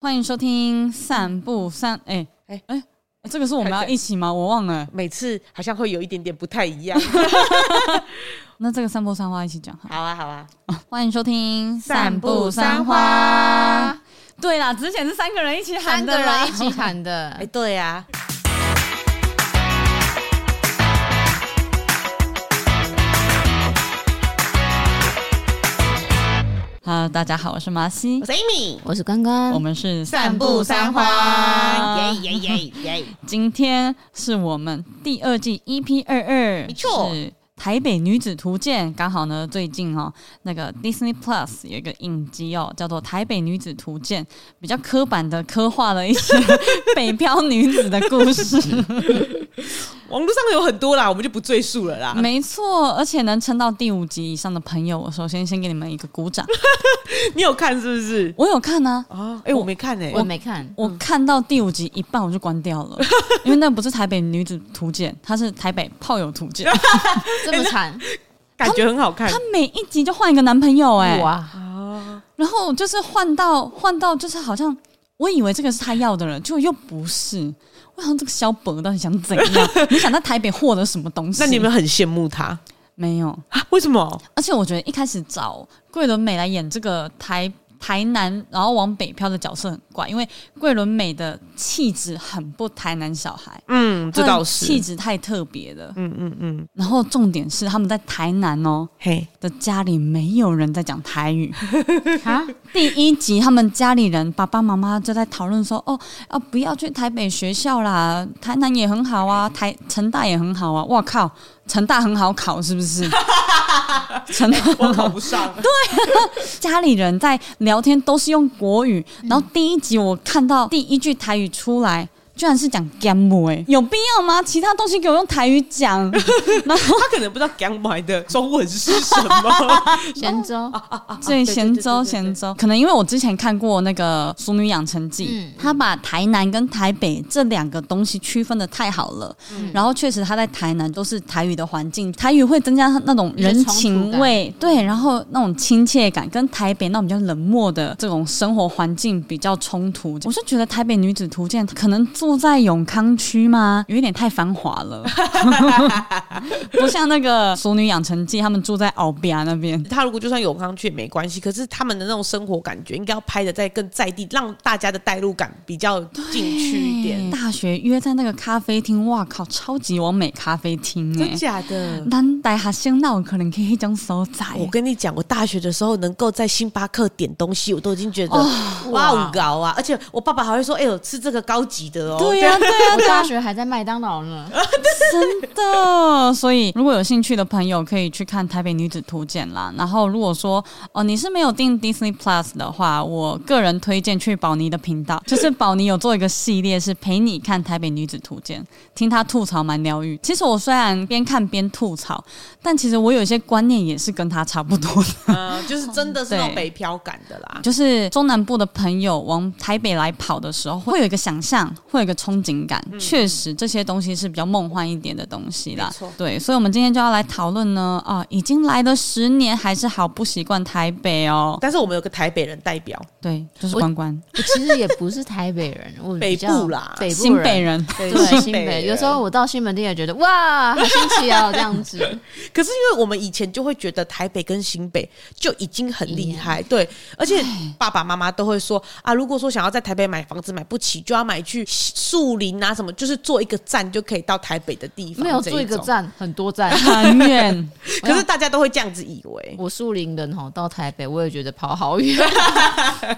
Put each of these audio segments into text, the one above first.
欢迎收听散步三。哎哎哎哎，这个是我们要一起吗？我忘了。每次好像会有一点点不太一 样。那这个散步三花一起讲哈。好啊，好啊，欢迎收听散步三花。对啦，之前是三个人一起喊三的个啦人一。起喊的哎、，对啊， Hello，大家好，我是麻西我，是 Amy，我是关关我，们是散步三花，耶耶耶耶！今天是我们第二季 EP 二二，没错是台北女子图鉴。刚好呢，最近哦，那个 Disney Plus 有一个影集哦，叫做《台北女子图鉴》，比较刻板的刻画了一些 北漂女子的故 事。 网络上有很多啦，我们就不赘述了啦。没错，而且能撑到第五集以上的朋友，我首先先给你们一个鼓 掌。你有看是不是？我有看啊。啊，哎、我没看哎、我没看，我看到第五集一半我就关掉 了，因为那不是台北女子图鉴，它是台北炮友 图鉴。这么惨感觉很好看她每一集就换一个男朋友、哎，哇！啊。然后就是换到换到，就是好像我以为这个是他要的人，就又不是。我想这个小本到底想怎 样？你想在台北获得什么东西？那你们很羡慕他没有？啊？为什么？而且我觉得一开始找桂纶镁来演这个台台南，然后往北漂的角色很怪，因为桂纶镁的气质很不台南小孩，嗯，这她的倒是。气质太特别了。嗯嗯嗯，然后重点是他们在台南哦嘿，的家里没有人在讲台语，啊，第一集，他们家里人爸爸妈妈就在讨论说：“哦，啊，不要去台北学校啦，台南也很好啊，台成大也很好啊。”哇靠，成大很好考是不是？成大我考不上。家里人在聊天都是用国语，然后第一集我看到第一句台语出来。居然是讲 gam 哎，有必要吗？其他东西给我用台语讲， 他可能不知道港买的中文是什么。神州啊对，咸州对对对对咸州，可能因为我之前看过那个《熟女养成记》嗯他把台南跟台北这两个东西区分的太好了。然后确实他在台南都是台语的环境，台语会增加那种人情味，对，然后那种亲切感跟台北那种比较冷漠的这种生活环境比较冲突。我是觉得台北女子图鉴可能住在永康区吗？有一点太繁华 了，不像那个《熟女养成记》，他们住在鳌比亚那边。他如果就算永康去也没关系，可是他们的那种生活感觉应该要拍的再更在地，让大家的代入感比较进去一点。嗯大学约在那个咖啡厅，哇靠，超级完美咖啡厅哎、真假的？咱大学生那有可能可以种所在，我跟你讲，我大学的时候能够在星巴克点东西，我都已经觉得哇哇哦高啊！而且我爸爸还会说：“哎呦，吃这个高级的哦。”对呀、对呀、我对呀、 大学还在麦当劳呢，真的。所以如果有兴趣的朋友，可以去看《台北女子图鉴》啦。然后如果说哦你是没有订 Disney Plus 的话，我个人推荐去宝妮的频道， 就是宝妮有做一个系列是陪你看《台北女子图鉴》，听她吐槽蛮疗愈。其实我虽然边看边吐槽，但其实我有一些观念也是跟她差不多的。嗯，就是真的是那种对北漂感的啦。就是中南部的朋友往台北来跑的时候，会有一个想象，会有一个憧憬感。嗯确、实，这些东西是比较梦幻一点的东西啦没错。对，所以我们今天就要来讨论呢，啊，已经来了十年，还是好不习惯台北哦。但是我们有个台北人代表，对，就是我关关，我其实也不是台北人，我比较北部啦北部新人北。人。。对新新北北，人有时候我到西门町也觉得哇，好新奇哦，这样子。可是因为我们以前就会觉得台北跟新北就已经很厉哎害，对，而且爸爸妈妈都会说啊，如果说想要在台北买房子买不起，就要买去树林啊什么，就是坐一个站就可以到台北的地方，没有这做一个种。站，很多站 很远，可是大家都会这样子以为，我树林人吼，到台北我也觉得跑好远。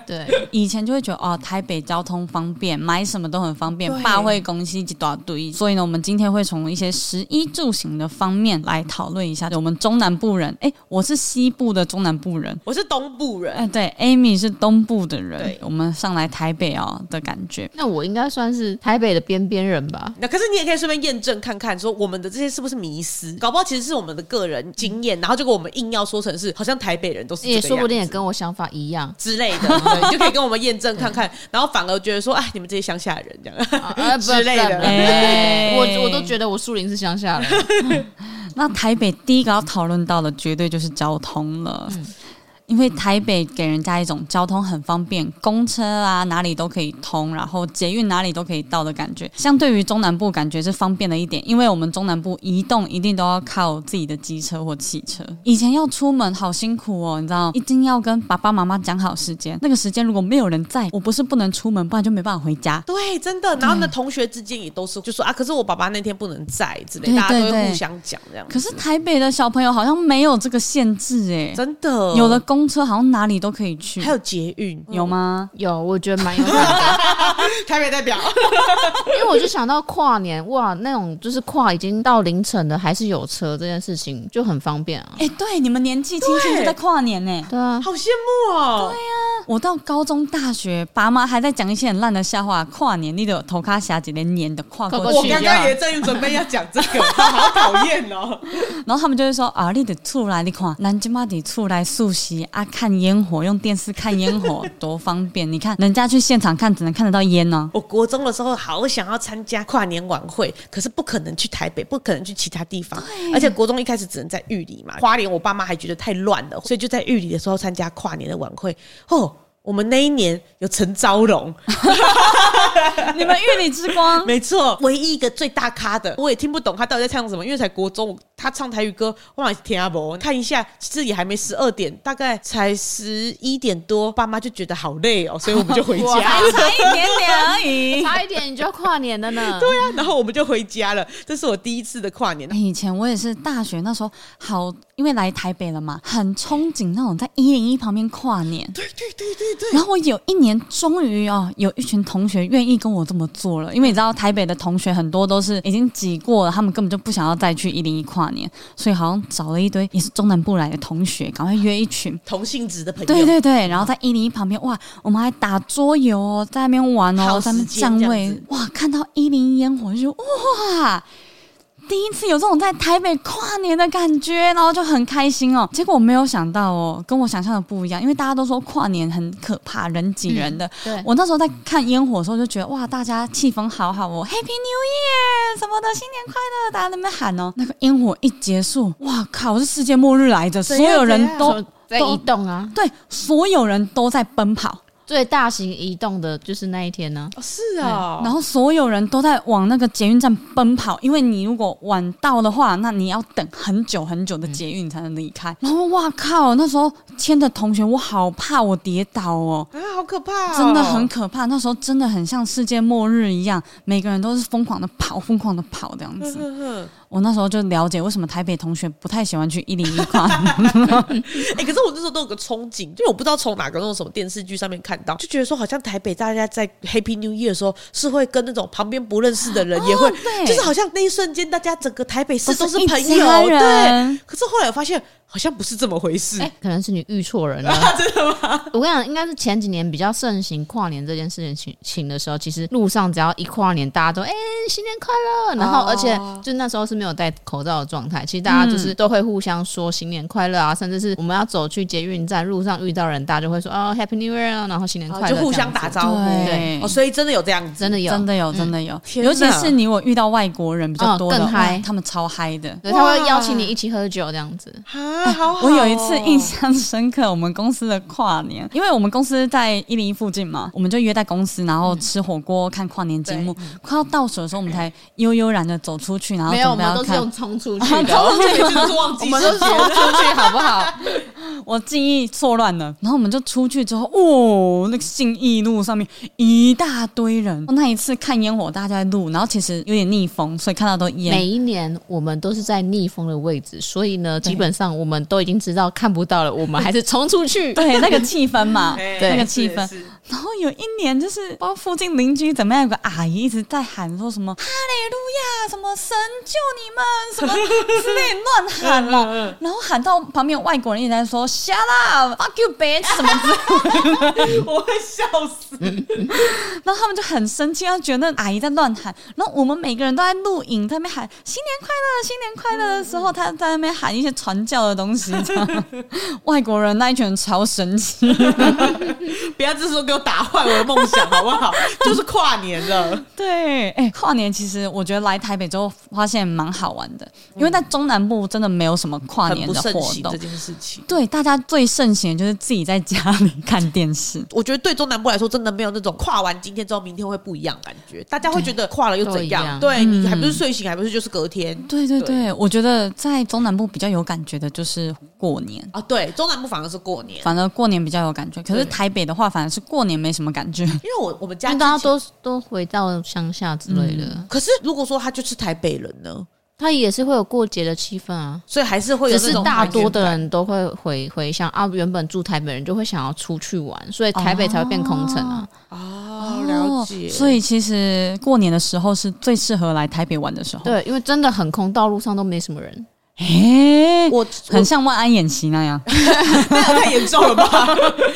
对，以前就会觉得哦，台北交通方便，买什么都很方便，对大会公司一大堆。所以呢，我们今天会从一些食衣住行的方面来讨论一下我们中南部人。诶，我是西部的中南部人，我是东部人，哎，对，Amy 是东部的人对，我们上来台北哦的感觉。那我应该算是台北的边边人吧？那可是你也可以顺便验证看看，说我们的这些是不是迷失，搞不好其实是我们的个人经验，然后结果我们硬要说成是好像台北人都是这个也哎说不定也样子。跟我想法一样之类的，对你就可以跟我们验证 看哎看，然后反而觉得说，哎，你们这些乡下人这样。啊呃不之类的不不不哎我我都觉得我树林是乡下人，那台北第一个要讨论到的，绝对就是交通了。因为台北给人家一种交通很方便，公车啊哪里都可以通，然后捷运哪里都可以到的感觉。相对于中南部，感觉是方便了一点，因为我们中南部移动一定都要靠自己的机车或汽车。以前要出门好辛苦哦，你知道，一定要跟爸爸妈妈讲好时间，那个时间如果没有人在，我不是不能出门，不然就没办法回家。对，真的。然后呢，嗯同学之间也都是就说啊，可是我爸爸那天不能在之类，对大家都对会对互相讲这样子。可是台北的小朋友好像没有这个限制哎、真的有了嗯公车好像哪里都可以去，还有捷运，有吗？有，我觉得蛮有可能的， 台北代 表因为我就想到跨年，哇，那种就是跨已经到凌晨了，还是有车这件事情就很方便啊。哎、对，你们年纪轻轻就在跨年呢、对啊，好羡慕哦。我到高中、大学，爸妈还在讲一些很烂的笑话。跨年，你的头卡下几连年的跨过跨去过我去，刚刚也正准备要讲这 个，好讨厌哦。然后他们就会说啊，你得出来，你看南京嘛得出来素席啊，看烟火，用电视看烟火多方便。你看人家去现场看，只能看得到烟哦呢、我国中的时候好想要参加跨年晚会，可是不可能去台北，不可能去其他地方，而且国中一开始只能在玉里嘛，花莲我爸妈还觉得太乱了，所以就在玉里的时候参加跨年的晚会。哦，我们那一年有陈昭荣， 你们玉里之 光，没错，唯一一个最大咖的，我也听不懂他到底在唱什么，因为才国中，他唱台语歌，我也听不懂。看一下，其实也还没十二点，大概才十一点多，爸妈就觉得好累哦，所以我们就回哇家。还差一点点而已。 差一点你就要跨年了呢。对啊，然后我们就回家了，这是我第一次的跨年哎。以前我也是大学那时候好，因为来台北了嘛，很憧憬那种在一零一旁边跨年。对对对对对。然后我有一年终于哦，有一群同学愿意跟我这么做了，因为你知道台北的同学很多都是已经挤过了，他们根本就不想要再去一零一跨年，所以好像找了一堆也是中南部来的同学，赶快约一群。同性质的朋友，对对对，然后在一零一旁边，哇，我们还打桌游哦，在那边玩耗哦，时在那边间站这样位子，哇，看到一零一烟火就觉得哇。第一次有这种在台北跨年的感觉，然后就很开心哦。结果我没有想到哦，跟我想象的不一样，因为大家都说跨年很可怕，人挤人嗯的。对，啊我那时候在看烟火的时候，就觉得哇，大家气氛好好哦，Happy New Year 什么的，新年快乐，大家在那边喊哦。那个烟火一结束，哇靠，是世界末日来着，所怎样有人怎都样在移动啊，对，所有人都在奔跑，最大型移动的就是那一天呢、哦是啊，然后所有人都在往那个捷运站奔跑，因为你如果晚到的话，那你要等很久很久的捷运才能离嗯开。然后哇靠，那时候牵的同学，我好怕我跌倒哦。啊，好可怕、哦，真的很可怕，那时候真的很像世界末日一样，每个人都是疯狂的跑，疯狂的跑这样子。嗯。我那时候就了解为什么台北同学不太喜欢去一零一跨年。 哎、可是我那时候都有个憧憬，因为我不知道从哪个那种什么电视剧上面看到，就觉得说好像台北大家在 Happy New Year 的时候是会跟那种旁边不认识的人也会， 哦对就是好像那一瞬间大家整个台北市都都是哦 是朋一家友，对人。可是后来我发现好像不是这么回事，哎、可能是你遇错人 了、啊真的吗？我跟你讲，应该是前几年比较盛行跨年这件事情情的时候，其实路上只要一跨年，大家都哎、新年快乐，然后哦而且就那时候是没有戴口罩的状态，其实大家就是都会互相说新年快乐啊，甚至是我们要走去捷运站路上遇到人，大家就会说哦 Happy New Year，啊然后新年啊快乐、就互相打这样招子呼，对哦，所以真的有这样子，真的有哎真的有，真的有，天尤其哪是你我遇到外国人比较嗯多的，更嗨哇他们超嗨的。对，他哇会邀请你一起喝酒这样子。啊，好哦好、我有一次印。象深刻，我们公司的跨年，因为我们公司在一零一附近嘛，我们就约在公司，然后嗯吃火锅、看跨年节目。快要倒数的时候，我们才悠悠然的走出去，然后没有，我准备们要都是看用。冲出去的，我每次都是忘我记 们都时是间冲出去，好不好？我记忆错乱了，然后我们就出去之后，哦，那个信义路上面一大堆人。那一次看烟火，大家在录，然后其实有点逆风，所以看到都烟。每一年我们都是在逆风的位置，所以呢，基本上我们都已经知道看不到了，我们还是冲出去。 对那个气氛 嘛，哎那个是气氛。是然后有一年，就是不知道附近邻居怎么样，有个阿姨一直在喊说什么“哈利路亚”，什么“神救你们”，什么之类乱喊嗯嗯了，然后喊到旁边有外国人一直在说 “shut up”，“fuck you bitch” 什么之类的，我会笑死。然后他们就很生气，他觉得那阿姨在乱喊。然后我们每个人都在录影，在那边喊“新年快乐，新年快乐”的时候，他在那边喊一些传教的东西，这样外国人那一群人超生气。不要只说给我打坏我的梦想，好 不好？就是跨年了，对，哎、跨年其实我觉得来台北之后发现蛮好玩的，因为在中南部真的没有什么跨嗯很年不的盛活行动这。件事情。对，大家最盛行的就是自己在家里看电 视。我觉得对中南部来说，真的没有那种跨完今天之后，明天会不一样的感觉。大家会觉得跨了又都怎一样？样对你还不是嗯睡醒，还不是就是隔天对对对对，我觉得在中南部比较有感觉的就是过年，啊？对，中南部反而是过年，反而过年比较有感觉。可是对台北的话，反而是过年没什么感觉。因为我我们家那都要之前。都都回到乡下之类的，嗯可是如果说他就是台北人呢，他也是会有过节的气氛啊。所以还是会有只那是种大怀念多的感人都会回回乡啊，原本住台北人就会想要出去玩，所以台北才会变空城啊。哦，了解。所以其实过年的时候是最适合来台北玩的时候。，对，因为真的很空，道路上都没什么人。哎、我很像万安演习那 样。那也太严重了吧？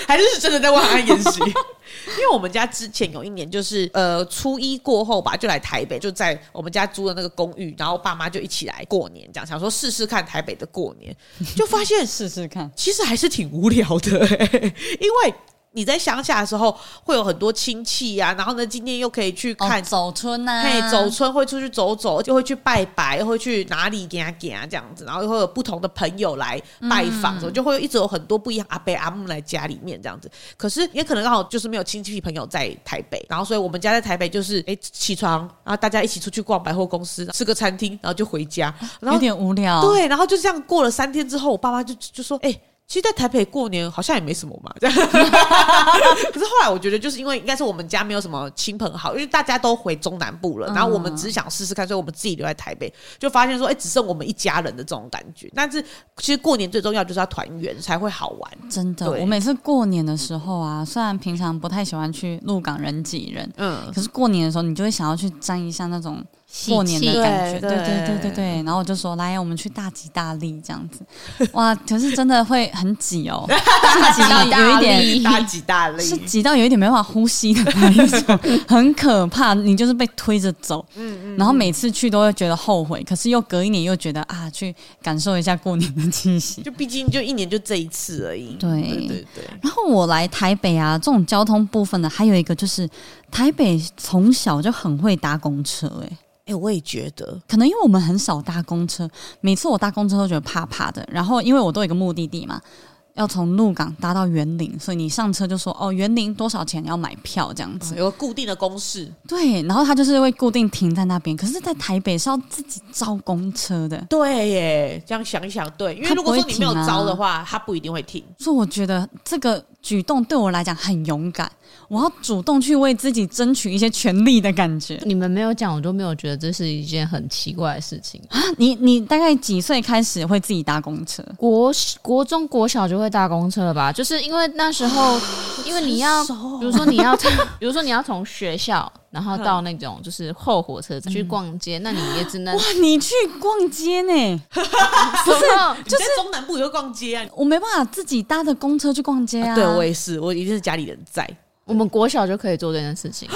还是是真的在万安演习？因为我们家之前有一年就是呃初一过后吧，就来台北，就在我们家租的那个公寓，然后爸妈就一起来过年，这样想说试试看台北的过年，就发现试试看。其实还是挺无聊的、欸，因为。你在乡下的时候会有很多亲戚呀、然后呢，今天又可以去看哦、走村呐、嘿，走村会出去走走，就会去拜拜，又会去哪里给他给他这样子，然后又会有不同的朋友来拜访，什么就会一直有很多不一样阿伯阿姆来家里面这样子。可是也可能刚好就是没有亲戚朋友在台北，然后所以我们家在台北就是哎、起床，然后大家一起出去逛百货公司，吃个餐厅，然后就回家，然有后点无聊。，对，然后就这样过了三天之后，我爸妈就就说：“哎、其实，在台北过年好像也没什么嘛。”这样。 可是后来我觉得，就是因为应该是我们家没有什么亲朋好，因为大家都回中南部了，然后我们只是想试试看，所以我们自己留在台北，就发现说，哎、只剩我们一家人的这种感觉。但是其实过年最重要就是要团圆才会好玩。真的，对我每次过年的时候啊，虽然平常不太喜欢去鹿港人挤人，嗯，可是过年的时候，你就会想要去沾一下那种喜过年的感觉，对对对对对对对。然后我就说，来，我们去大吉大利这样子。 哇，可是真的会很挤 哦，是挤到有一点。大吉大利。是挤到有一点没办法呼吸的那一种，很可怕。你就是被推着走，嗯然后每次去都会觉得后悔，可是又隔一年又觉得啊，去感受一下过年的气息。就毕竟就一年就这一次而已。对对对对。然后我来台北啊，这种交通部分的，还有一个就是台北从小就很会搭公车、欸，哎、我也觉得，可能因为我们很少搭公车，每次我搭公车都觉得怕怕的。然后因为我都有一个目的地嘛，要从鹿港搭到园林，所以你上车就说哦，园林多少钱要买票这样子。有个固定的公式，对，然后他就是会固定停在那边。可是，在台北是要自己招公车的，对耶，这样想一想，对，因为他如果不会说你没有停啊招的话，他不一定会停。所以我觉得这个举动对我来讲很勇敢，我要主动去为自己争取一些权利的感觉。你们没有讲，我都没有觉得这是一件很奇怪的事情。你你大概几岁开始会自己搭公车？国国中、国小就会搭公车了吧？就是因为那时候，因为你要，比如说你要， 比如说你要从学校，然后到那种就是后火车站去逛街，那你也只能哇，你去逛街呢？不是就是中南部也会逛街啊。我没办法自己搭着公车去逛街啊！对我也是，我一定是家里人在， 我们国小就可以做这件事情。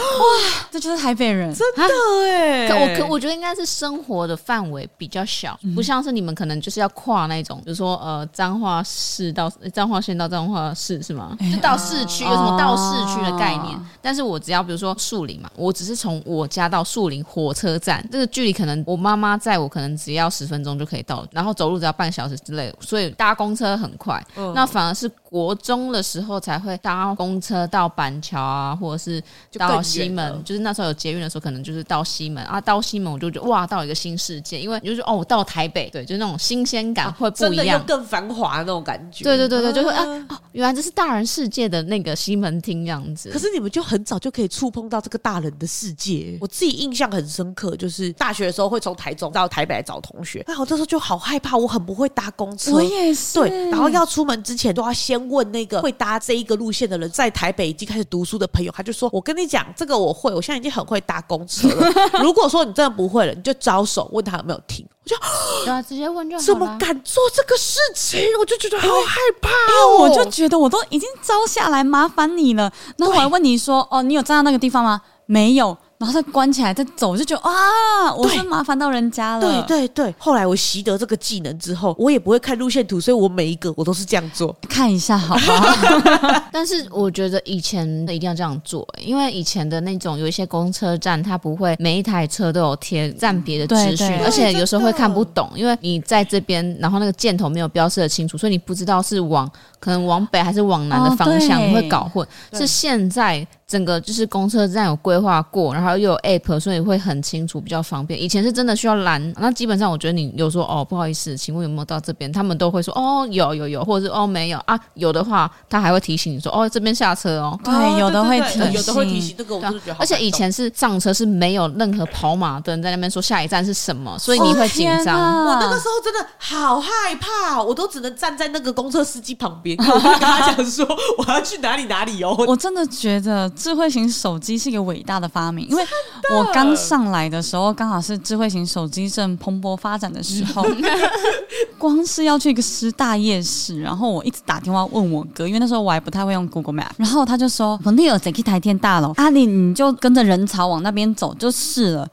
这就是台北人，对可我可我觉得应该是生活的范围比较小，不像是你们可能就是要跨那种，比如说呃彰化市到彰化县到彰化市是吗？就到市区有什么到市区的概念哦？但是我只要比如说树林嘛，我只是从我家到树林火车站这个距离，可能我妈妈载我可能只要十分钟就可以到，然后走路只要半小时之类的，所以搭公车很快。嗯那反而是国中的时候才会搭公车到板桥啊，或者是就更到远西了门，就是那时候有捷运的时候，可能就是到西门啊，到西门我就觉得哇，到一个新世界，因为你就是哦，我到台北，对，就是那种新鲜感会不啊真一的又样。更繁华的那种感觉。对对对对，就会啊啊。哦，原来这是大人世界的那个西门町这样子。可是你们就很早就可以触碰到这个大人的世界。我自己印象很深刻，就是大学的时候会从台中到台北来找同学。那哎我那时候就好害怕，我很不会搭公车。我也是。对，然后要出门之前都要先问那个会搭这一个路线的人，在台北已经开始读书的朋友，他就说：“我跟你讲，这个我会，我现在已经很会搭公车 了。如果说你真的不会了，你就招手问他有没有停。”我就对啊，直接问就好怎么啦敢做这个事情？我就觉得好害怕因哦、为哎我就觉得我都已经招下来麻烦你了，然后我还问你说：“哦，你有站到那个地方吗？”没有，然后再关起来再走，就觉得啊，我是麻烦到人家对了。对对，后来我习得这个技能之后，我也不会看路线图，所以我每一个我都是这样做。看一下好不好？但是我觉得以前的一定要这样做、欸因为以前的那种有一些公车站，它不会每一台车都有贴站别的资讯嗯对对，而且有时候会看不懂，因为你在这边，然后那个箭头没有标示的清楚，所以你不知道是往可能往北还是往南的方向，哦对你会搞混。是现在整个就是公车站有规划过，然后 又有 app，所以会很清楚，比较方便。以前是真的需要拦，那基本上我觉得你有说哦，不好意思，请问有没有到这边？他们都会说哦，有有有，或者是哦没有啊，有的话他还会提醒你说哦，这边下车哦。对，有的会提对醒，有的会提醒，这个我真的觉得好而且感以动前是上车是没有任何跑马灯在那边说下一站是什么，所以哦你会紧张。我我那个时候真的好害怕，我都只能站在那个公车司机 旁边，我就跟他讲说我要去哪里哪里哦。我真的觉得智慧型手机是一个伟大的发明，因为我刚上来的时候，刚好是智慧型手机正蓬勃发展的时候。光是要去一个师大夜市，然后我一直打电话问我哥，因为那时候我还不太会用 Google Map，然后他就说本地有谁去台电大楼，阿里你就跟着人潮往那边走就是了。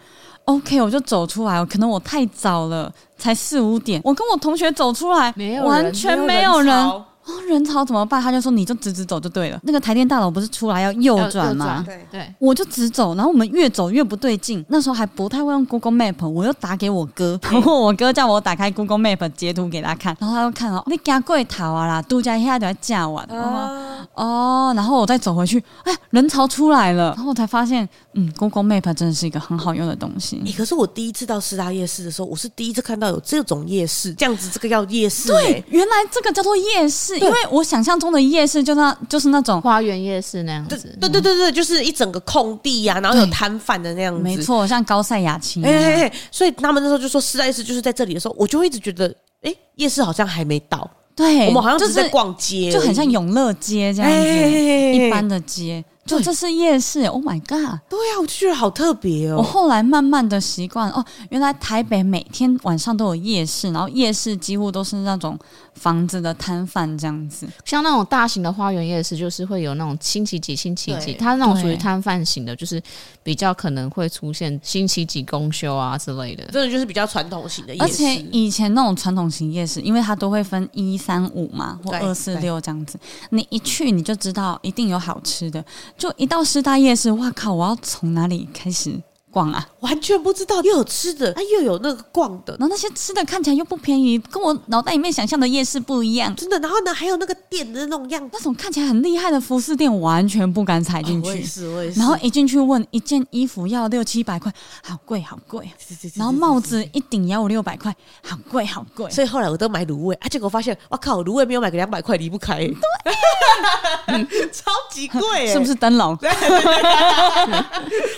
OK，我就走出来，可能我太早了，才四五点，我跟我同学走出来，没有人完全没没有有人人潮。哦，人潮怎么办？他就说你就直直走就对了。那个台电大楼不是出来要右转吗？对对，我就直走，然后我们越走越不对劲。那时候还不太会用 Google Map，我又打给我 哥，然后我哥叫我打开 Google Map 截图给他看，然后他就看哦，你加过头啊啦，度假一下就要架完。我说啊，哦，然后我再走回去，哎，人潮出来了，然后我才发现，嗯，Google Map 真的是一个很好用的东西。欸可是我第一次到师大夜市的时候，我是第一次看到有这种夜市，这样子这个叫夜市、欸。对，原来这个叫做夜市，对因为我想象中的夜市就那就是那种花园夜市那样对嗯子。对对对对，就是一整个空地呀、然后有对摊贩的那样子。没错，像高赛雅啊琴一哎、样。哎哎所以他们那时候就说师大夜市就是在这里的时候，我就会一直觉得，哎、夜市好像还没到，对，我们好像哎就只是是在逛街而已，就很像永乐街这样哎哎子，哎哎一般的街。就对这是夜市，Oh my god！对啊，我就觉得好特别我哦。后来慢慢的习惯哦，原来台北每天晚上都有夜市，然后夜市几乎都是那种房子的摊贩这样子。像那种大型的花园夜市，就是会有那种星期几、星期对几，它那种属于对摊贩型的，就是比较可能会出现星期几公休啊之类的。真的就是比较传统型的夜市，而且以前那种传统型夜市，因为它都会分一三五嘛，或对二四六这样子，你一去你就知道一定有好吃的。就一到师大夜市，哇靠，我要从哪里开始逛啊？完全不知道，又有吃的，啊，又有那个逛的然，后那些吃的看起来又不便宜，跟我脑袋里面想象的夜市不一样。真的。然后呢，还有那个店的那种样子。那种看起来很厉害的服饰店，我完全不敢踩进哦我也去。是，我也是。然后一进去问一件衣服要六七百块，好贵好贵。是，是是然后是帽是子一顶也要五六百块，好贵好贵。所以后来我都买卤味啊，结果发现，哇靠，卤味没有买个两百块离不开、欸，对， 超级贵、欸，嗯是不？是灯 笼？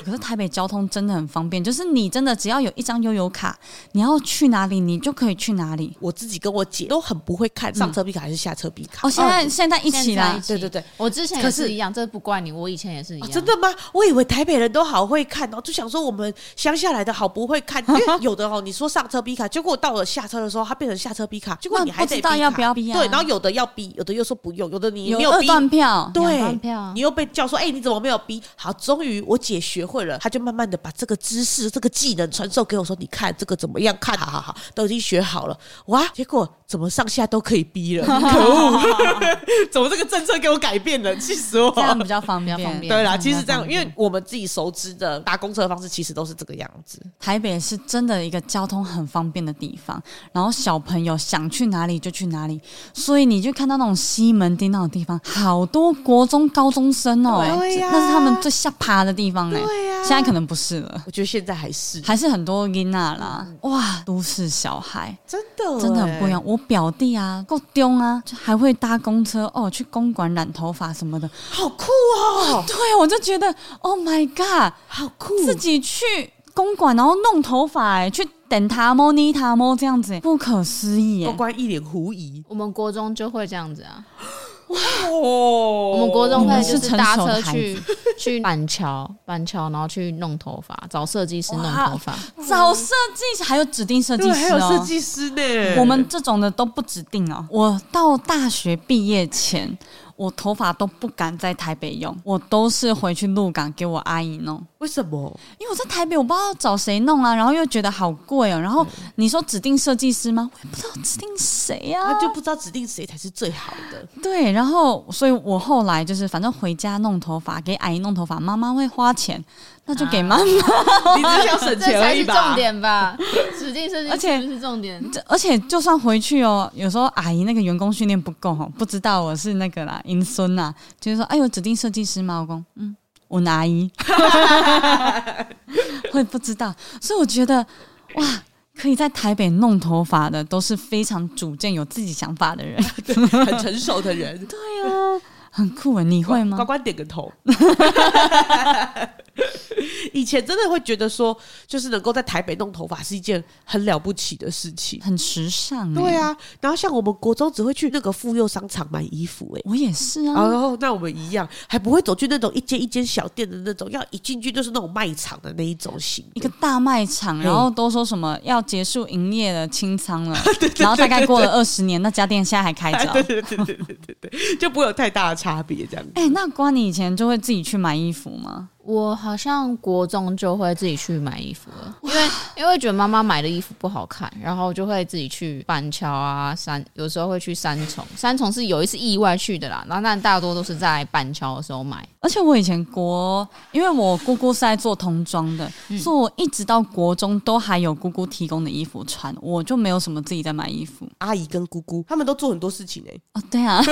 可是台北交通真的很方便，就是你真的只要有一张悠游卡，你要去哪里你就可以去哪里。我自己跟我姐都很不会看上车必卡还是下车必卡。哦，现在现在一起啦现在一，起对对对，我之前可也是是一样，这不怪你，我以前也是一哦样。真的吗？我以为台北人都好会看哦，就想说我们乡下来的好不会 看，因为有的哦，你说上车逼卡，结果到了下车的时候，它变成下车逼卡，结果那你还不知得逼道卡要不要逼啊对，然后有的要逼，有的又说不用，有的你有没有二逼，段啊票，两对张，票你又被叫说，哎、你怎么没有逼？好，终于我姐学会了，她就慢慢的把这个知识、这个技能传授给我，说你看这个怎么样看，好好好，都已经学好了，哇，结果怎么上下都可以逼了，可恶， 怎么这个政策给我改变了，气死我！这样比较方比较方便便。对这啦，样其实比这较样，方因便为我们自己熟知的搭公车的方式，其实都是这个样子。台北是真的一个交通很方便的地方，然后小朋友想去哪里就去哪里，所以你就看到那种西门町那种地方，好多国中高中生哦、对呀那是他们最下趴的地方哎、对啊呀现在可能不是了。我觉得现在还是还是很多囡娜啦，哇，都市小孩真的真的很不一欸样。我表弟啊，够丢啊，就还会搭公车哦，去公馆染头发什么的。欸好酷哦，对，我就觉得，Oh my god，好酷！自己去公馆，然后弄头发、哎，去等他摸捏他摸这样子、哎不可思议、关哎关一脸狐疑我们国中就会这样子啊，哦我们国中会你就们是成搭熟的车孩去 去板桥，板桥然后去弄头发，找设计师弄哇头发。找设计师还有指定设计对，还师有设哦。计师呢。我们这种的都不指定哦。我到大学毕业前，我头发都不敢在台北用，我都是回去鹿港给我阿姨弄。为什么？因为我在台北，我不知道找谁弄啊，然后又觉得好贵哦、然嗯后你说指定设计师吗？我也不知道指定谁啊呀、他就不知道指定谁才是最好的。对，然后所以我后来就是反正回家弄头发，给阿姨弄头发，妈妈会花钱，那就给妈妈。 啊你只想省这钱而才已是吧？重点 吧？指定设计师而且不是重点，这而且就算回去哦，有时候阿姨那个员工训练不够哦，不知道我是那个啦，银孙呐，就是说，哎呦，指定设计师吗？我公，嗯，我拿阿姨， 会不知道，所以我觉得哇。可以在台北弄头发的都是非常主见、有自己想法的人，很成熟的人。 对，很酷啊！你会吗乖？乖点个 头。以前真的会觉得说，就是能够在台北弄头发是一件很了不起的事情。很时尚、欸，对，啊，然后像我们国中只会去那个妇幼商场买衣服、欸，我也是啊。然后那我们一样，还不会走去那种一间一间小店的那种，要一进去就是那种卖场的那一种型的。一 个大卖嗯场，然后都说什么要结束营业了、清仓 了，然后大概过了二十年，那家店现在还开哎着哦。对对对对对对，就不会有太大的差别这样子。哎、那瓜，你以前就会自己去买衣服吗？我好像国中就会自己去买衣服了，因为因为觉得妈妈买的衣服不好看，然后就会自己去板桥啊三，有时候会去三重，三重是有一次意外去的啦，然后但大多都是在板桥的时候买。而且我以前国，因为我姑姑是在做童装的，嗯所以我一直到国中都还有姑姑提供的衣服穿，我就没有什么自己在买衣服阿姨跟姑姑他们都做很多事情哎、哦。对 啊，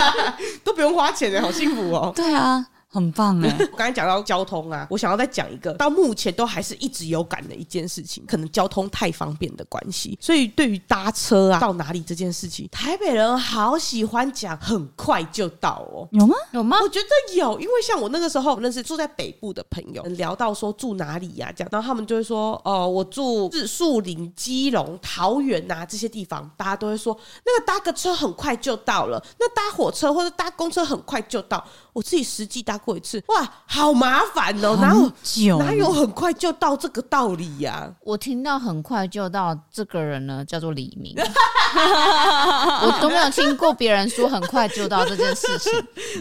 都不用花钱哎、好幸福哦、对啊，很棒哎、我刚才讲到交通啊，我想要再讲一个到目前都还是一直有感的一件事情，可能交通太方便的关系，所以对于搭车啊到哪里这件事情，台北人好喜欢讲很快就到哦、有吗？ 有吗？我觉得有，因为像我那个时候认识住在北部的朋友，聊到说住哪里呀、这样，然后他们就会说，哦、我住是树林、基隆、桃园呐、这些地方，大家都会说，那个搭个车很快就到了，那搭火车或者搭公车很快就到。我自己实际搭过一次，哇，好麻烦哦、哪很久有哪有很快就到这个道理呀、我听到很快就到这个人呢，叫做李明， 我都没有听过别人说很快就到这件事情。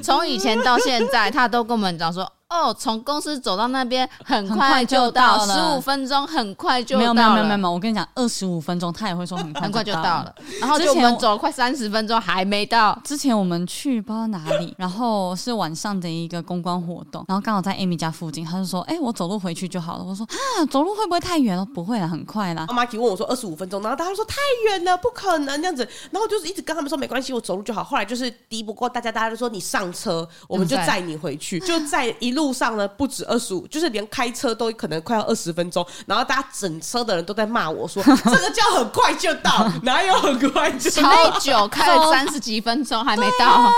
从以前到现在，他都跟我们讲说，哦，从公司走到那边很很快快就就到，到了十五分钟很快就没有到没有没了，有没有没有，我跟你讲，二十五分钟他也会说很快很快就到到了。然后之就我前们我走了快三十分钟还没到，之前我们去不知道哪 里，然后是晚上的一个公关活动，然后刚好在 Amy 家附近，他就说：“哎、我走路回去就好了。”我说：“啊，走路会不会太远了？不会啦，很快 啦。阿妈提问我说二十五分钟，然后大家说太远了，不可能这样子。然后我就是一直跟他们说没关系，我走路就好。后来就是敌不过大家，大家就说你上车，我们就载你回去。就在一路上呢，不止二十五，就是连开车都可能快要二十分钟。然后大家整车的人都在骂我说这个叫很快就到，哪有很快就到？超久开了三十几分钟还没到，”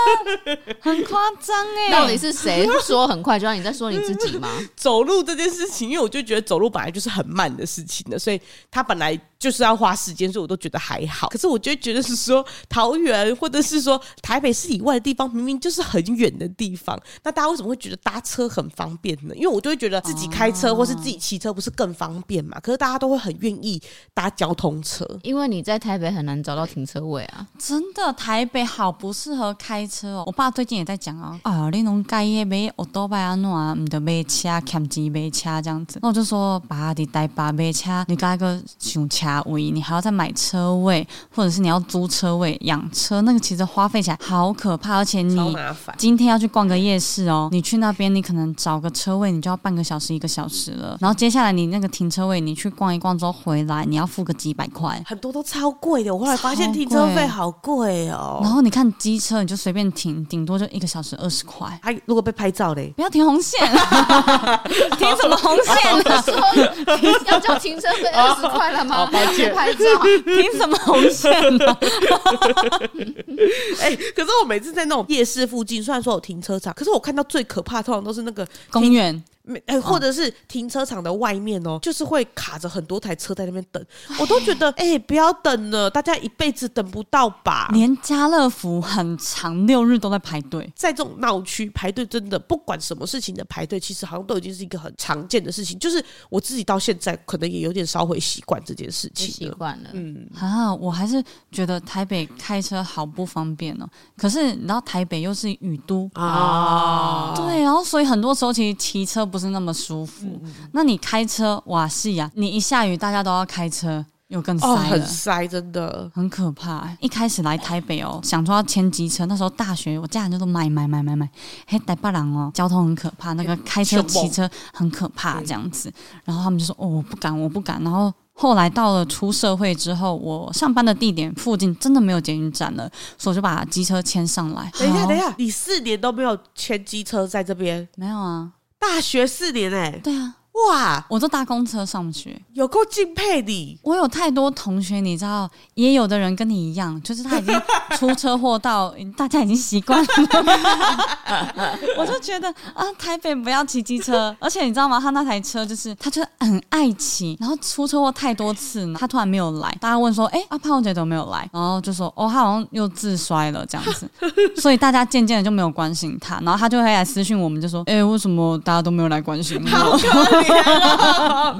很夸张哎，到底是 谁说很快就到？你在说你自己吗？ 走路这件事情，因为我就觉得走路本来就是很慢的事情的，所以他本来就是要花时间，所以我都觉得还好。可是我就觉得是说桃园或者是说台北市以外的地方，明明就是很远的地方，那大家为什么会觉得搭车很方便呢？因为我就会觉得自己开车或是自己骑车不是更方便嗯嘛？可是大家都会很愿意搭交通车。因为你在台北很难找到停车位啊。真的台北好不适合开车哦。我爸最近也在讲哦，啊，你拢介意买奥多拜安诺啊，唔得买车，欠钱买车这样子。那我就说，爸，你台北买车，你该个想车位，你还要再买车位，或者是你要租车位养车，那个其实花费起来好可怕，而且超你麻烦，今天要去逛个夜市哦，你去那边你可能找个车位，你就要半个小时一个小时了。然后接下来你那个停车位，你去逛一逛之后回来，你要付个几百块。很多都超贵的。我后来发现超贵停车费好贵哦、然后你看机车，你就随便停，顶多就一个小时二十块。啊，如果被拍照嘞，不要停红线，停什么红线啊呢？说 要交停车费二十块了吗？还要去拍 照，停什么红线啊呢？ 哎、可是我每次在那种夜市附近，虽然说有停车场，可是我看到最可怕，通常都是那个公园没没哎，或者是停车场的外面哦，就是会卡着很多台车在那边等，我都觉得嗯哎、不要等了，大家一辈子等不到吧。连家乐福很长，六日都在排队。在这种闹区排队，真的不管什么事情的排队，其实好像都已经是一个很常见的事情。就是我自己到现在可能也有点稍微习惯这件事就习情了。惯了。嗯，啊，我还是觉得台北开车好不方便哦。可是你知道台北又是雨都，啊，对，然后所以很多时候其实骑车不是那么舒服。嗯那你开车，哇是呀、你一下雨大家都要开车，又更塞哦，了。哦很塞，真的。很可怕、欸一开始来台北哦，想说要签机车，那时候大学我家人就说买买买买买，嘿，台北人哦，交通很可怕，那个开车凶猛骑车很可怕这样子。然后他们就说哦，我不敢，我不敢。然后后来到了出社会之后，我上班的地点附近真的没有捷运站了，所以我就把机车签上来。等一下，好等一，下，你四年都没有牵机车在这边，没有啊，大学四年哎、对啊，哇，我都搭公车上学。有够敬佩你。我有太多同学，你知道，也有的人跟你一样，就是他已经出车祸到 大家已经习惯了。 我就觉得啊，台北不要骑机车，而且你知道吗？他那台车就是他就是很爱骑，然后出车祸太多次，他突然没有来，大家问说，哎、阿胖姐怎么没有来？然后就说，哦，他好像又自摔了这样子，所以大家渐渐的就没有关心他，然后他就会来私讯我们，就说，哎、为什么大家都没有来关心好我？可怜哦，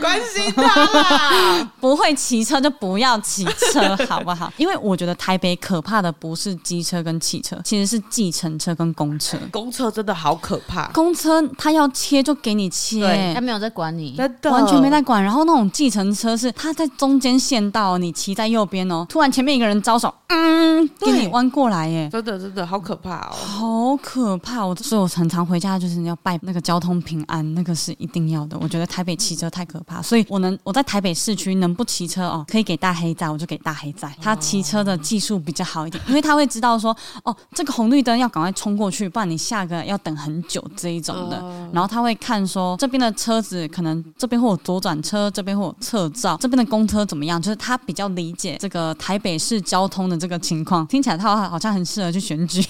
关心他啦！不会骑车就不要骑 车，好不好？因为我觉得台北可怕的不是机车跟汽车，其实是计程车跟公车。公车真的好可怕，公车它要切就给你切，对他没有在管你，真的完全没在管。然后那种计程车是它在中间线道，你骑在右边哦，突然前面一个人招手，嗯，给对你弯过来耶。真的真的好可怕哦。好可怕！我所以，我常常回家就是要拜那个交通平安，那个是一定要的。我觉得台北骑车太可怕，所以我能我在台北市区能不骑车哦，可以给大黑仔，我就给大黑仔。他骑车的技术比较好一点，因为他会知道说，哦，这个红绿灯要赶快冲过去，不然你下个要等很久这一种哦的。然后他会看说哦这边的车子可能这边会有左转车，这边会有侧照，这边的公车怎么样？就是他比较理解这个台北市交通的这个情况。听起来他好像很适合去选举。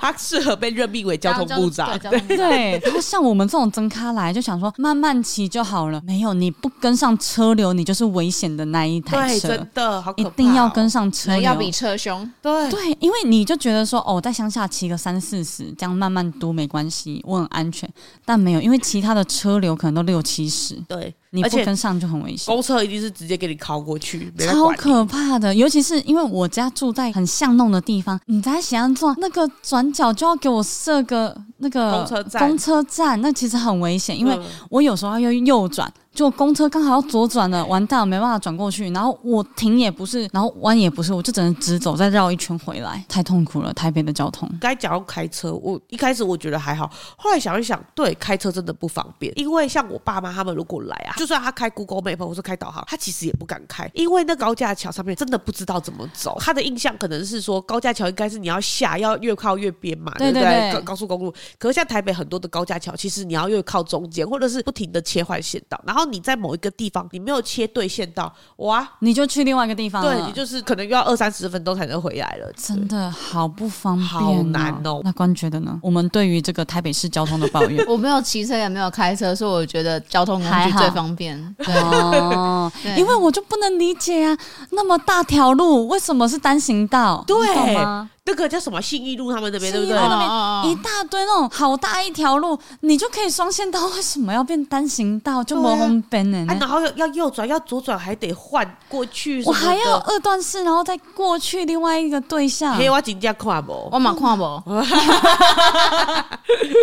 他适合被任命为交通部长，对，交通部 长对，然后像我们这种睁开来就想说慢慢骑就好了，没有你不跟上车流，你就是危险的那一台对，车，真的好可一怕哦，定要跟上车流。人要比车凶。。对对，因为你就觉得说，哦，我在乡下骑个三四十，这样慢慢嘟没关系，我很安全。但没有，因为其他的车流可能都六七十，对，你而不且跟上就很危险，公车一定是直接给你靠过去，没在超管你可怕的。尤其是因为我家住在很巷弄的地方，你在想做那个转角就要给我设个那个公车站公车站，那其实很危险，因为嗯我有时候要右转，就公车刚好要左转了，完蛋了，没办法转过去。然后我停也不是，然后弯也不是，我就只能直走，再绕一圈回来，太痛苦了。台北的交通该讲到开车，我一开始我觉得还好，后来想一想，对，开车真的不方便，因为像我爸妈他们如果来啊，就算他开 Google Map 或是开导航，他其实也不敢开，因为那高架桥上面真的不知道怎么走，他的印象可能是说高架桥应该是你要下要越靠越边嘛，对不对对高高速公路，可是像台北很多的高架桥，其实你要越靠中间，或者是不停的切换线道，然后你在某一个地方你没有切对线道，哇，你就去另外一个地方了，对你就是可能又要二三十分钟才能回来了，嗯真的好不方便、啊好难哦那关觉得呢？我们对于这个台北市交通的抱 怨我没有骑车，也没有开车，所以我觉得交通工还具好最方便。对，啊哦，对因为我就不能理解啊，那么大条路为什么是单行道？对你懂吗？那个叫什么信义路他们那边对信不义对路？那边哦一大堆那种好大一条路，你就可以双线道，为什么要变单行道？就对啊没红边呢、啊，然后要要右转，要左转，还得换过去什我么的，还要呃二段式，然后再过去另外一个对象，黑我金价跨不？哦我马看不，